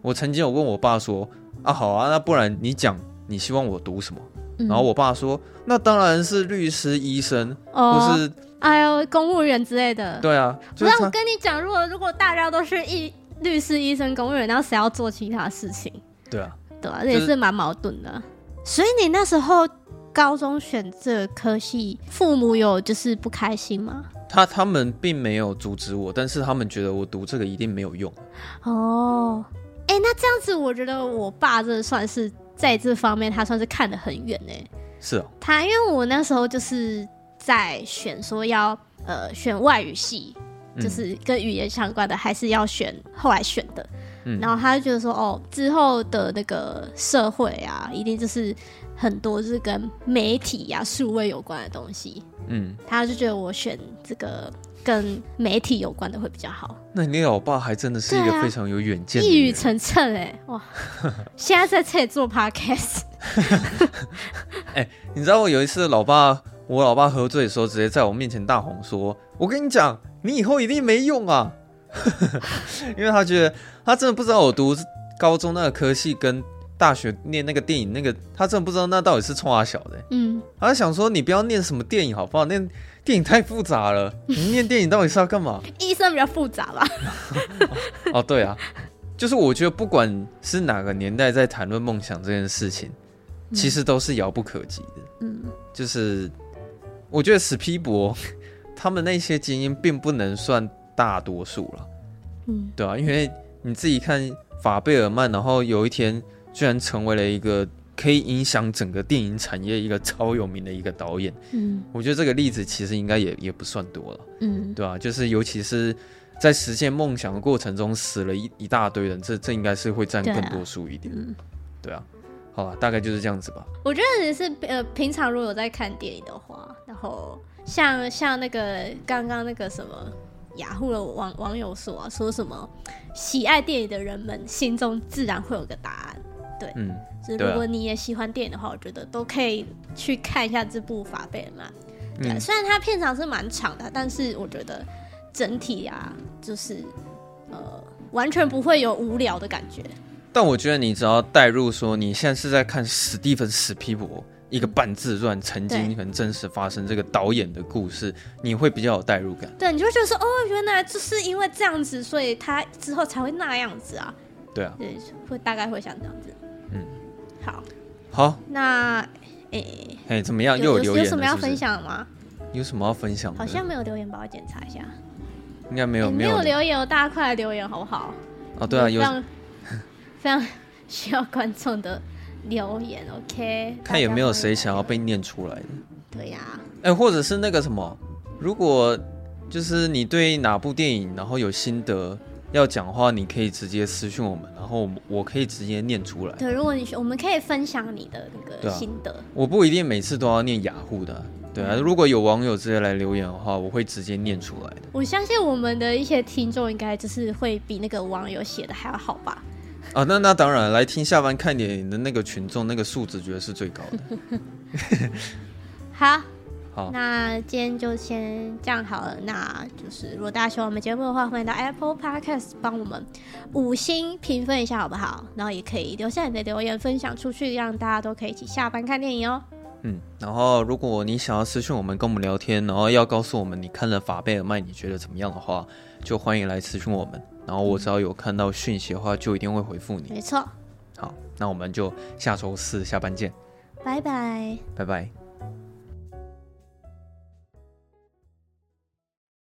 [SPEAKER 2] 我曾经有问我爸说，啊好啊，那不然你讲你希望我读什么？
[SPEAKER 1] 嗯
[SPEAKER 2] 然后我爸说，那当然是律师、医生，或
[SPEAKER 1] 哦，
[SPEAKER 2] 是
[SPEAKER 1] 哎呦，公务员之类的，
[SPEAKER 2] 对啊，
[SPEAKER 1] 不
[SPEAKER 2] 就是
[SPEAKER 1] 是我
[SPEAKER 2] 他
[SPEAKER 1] 跟你讲，如果如果大家都是医律师、医生、公务员，那谁要做其他事情？
[SPEAKER 2] 对啊，
[SPEAKER 1] 对啊，
[SPEAKER 2] 是
[SPEAKER 1] 这也是蛮矛盾的。所以你那时候高中选这科系，父母有就是不开心吗？
[SPEAKER 2] 他他们并没有阻止我，但是他们觉得我读这个一定没有用。
[SPEAKER 1] 哦，哎、那这样子，我觉得我爸真的算是在这方面，他算是看得很远哎、
[SPEAKER 2] 是哦，
[SPEAKER 1] 他因为我那时候就是在选说要呃选外语系，
[SPEAKER 2] 嗯
[SPEAKER 1] 就是跟语言相关的，还是要选后来选的。
[SPEAKER 2] 嗯
[SPEAKER 1] 然后他就觉得说，哦，之后的那个社会啊，一定就是很多就是跟媒体呀、数位有关的东西。
[SPEAKER 2] 嗯，
[SPEAKER 1] 他就觉得我选这个跟媒体有关的会比较好。
[SPEAKER 2] 那你老爸还真的是一
[SPEAKER 1] 对
[SPEAKER 2] 个
[SPEAKER 1] 啊
[SPEAKER 2] 非常有远见的
[SPEAKER 1] 一语
[SPEAKER 2] 人，
[SPEAKER 1] 成谶哎、 哇！现在在这里做 podcast，
[SPEAKER 2] 你知道我有一次老爸，我老爸喝醉的时候，直接在我面前大吼说：“我跟你讲，你以后一定没用啊！” 因为他觉得他真的不知道我读高中那个科系跟大学念那个电影那个，他真的不知道那到底是冲啊小的、
[SPEAKER 1] 嗯，
[SPEAKER 2] 他就想说你不要念什么电影好不好？念电影太复杂了，你念电影到底是要干嘛？
[SPEAKER 1] 医生比较复杂吧？
[SPEAKER 2] 哦，对啊，就是我觉得不管是哪个年代在谈论梦想这件事情，其实都是遥不可及的。
[SPEAKER 1] 嗯，
[SPEAKER 2] 就是我觉得史皮博 他们那些精英并不能算大多数了，
[SPEAKER 1] 嗯，
[SPEAKER 2] 对啊，因为你自己看法贝尔曼，然后有一天居然成为了一个可以影响整个电影产业一个超有名的一个导演，
[SPEAKER 1] 嗯
[SPEAKER 2] 我觉得这个例子其实应该也也不算多了。
[SPEAKER 1] 嗯，
[SPEAKER 2] 对啊，就是尤其是在实现梦想的过程中死了一一大堆人，这这应该是会占
[SPEAKER 1] 对啊
[SPEAKER 2] 更多数一点。
[SPEAKER 1] 嗯
[SPEAKER 2] 对啊，好吧，大概就是这样子吧。
[SPEAKER 1] 我觉得也是呃，平常如果有在看电影的话，然后像像那个刚刚那个什么雅虎的网网友说、啊，说什么喜爱电影的人们心中自然会有个答案。
[SPEAKER 2] 嗯，
[SPEAKER 1] 就是
[SPEAKER 2] 对啊
[SPEAKER 1] 如果你也喜欢电影的话，我觉得都可以去看一下这部《法贝尔曼》。对，
[SPEAKER 2] 嗯
[SPEAKER 1] 虽然它片长是蛮长的，但是我觉得整体啊，就是呃，完全不会有无聊的感觉。
[SPEAKER 2] 但我觉得你只要带入说你现在是在看史蒂芬史皮博一个半自传曾经
[SPEAKER 1] 对
[SPEAKER 2] 可能真实发生这个导演的故事，你会比较有代入感。
[SPEAKER 1] 对，你就会觉得说，哦，原来就是因为这样子，所以他之后才会那样子啊。
[SPEAKER 2] 对啊，
[SPEAKER 1] 对，会大概会像这样子。
[SPEAKER 2] 嗯，
[SPEAKER 1] 好，
[SPEAKER 2] 好，
[SPEAKER 1] 那诶、
[SPEAKER 2] 嘿，怎么样？
[SPEAKER 1] 有
[SPEAKER 2] 又啊留
[SPEAKER 1] 有
[SPEAKER 2] 言
[SPEAKER 1] 什么
[SPEAKER 2] 了
[SPEAKER 1] 要
[SPEAKER 2] 是不
[SPEAKER 1] 分
[SPEAKER 2] 是？
[SPEAKER 1] 享的吗？
[SPEAKER 2] 有什么要分享的？
[SPEAKER 1] 好像没有留言吧，我检查一下。
[SPEAKER 2] 应该没有
[SPEAKER 1] 诶
[SPEAKER 2] 没
[SPEAKER 1] 没有
[SPEAKER 2] 留
[SPEAKER 1] 留言哦，大家快来留言好不好？
[SPEAKER 2] 哦，对啊，
[SPEAKER 1] 非
[SPEAKER 2] 有
[SPEAKER 1] 常非常 需要观众的留言，OK？
[SPEAKER 2] 看有没有谁
[SPEAKER 1] 大家
[SPEAKER 2] 想要被念出来的。
[SPEAKER 1] 帮我？对呀、
[SPEAKER 2] 哎，或者是那个什么，如果就是你对哪部电影然后有心得要讲的话，你可以直接私讯我们，然后我我可以直接念出来。
[SPEAKER 1] 对，如果你我们可以分享你的那
[SPEAKER 2] 对
[SPEAKER 1] 个
[SPEAKER 2] 啊
[SPEAKER 1] 心得，
[SPEAKER 2] 我不一定每次都要念雅虎的啊，对啊，如果有网友直接来留言的话，我会直接念出来的。
[SPEAKER 1] 我相信我们的一些听众应该就是会比那个网友写的还要好吧？
[SPEAKER 2] 啊，那那当然，来听下班看点的那个群众，那个数值绝对是最高的。
[SPEAKER 1] 好，
[SPEAKER 2] 好，
[SPEAKER 1] 那今天就先这样好了。那就是如果大家喜欢我们节目的话，欢迎到 Apple Podcast 帮我们五星评分一下好不好？然后也可以留下你的留言，分享出去，让大家都可以一起下班看电影哦。
[SPEAKER 2] 嗯，然后如果你想要私讯我们，跟我们聊天，然后要告诉我们你看了《法贝尔曼》你觉得怎么样的话，就欢迎来私讯我们。然后我只要有看到讯息的话，就一定会回复你。
[SPEAKER 1] 没错，
[SPEAKER 2] 好，那我们就下周四下班见，
[SPEAKER 1] 拜拜。
[SPEAKER 2] 拜拜。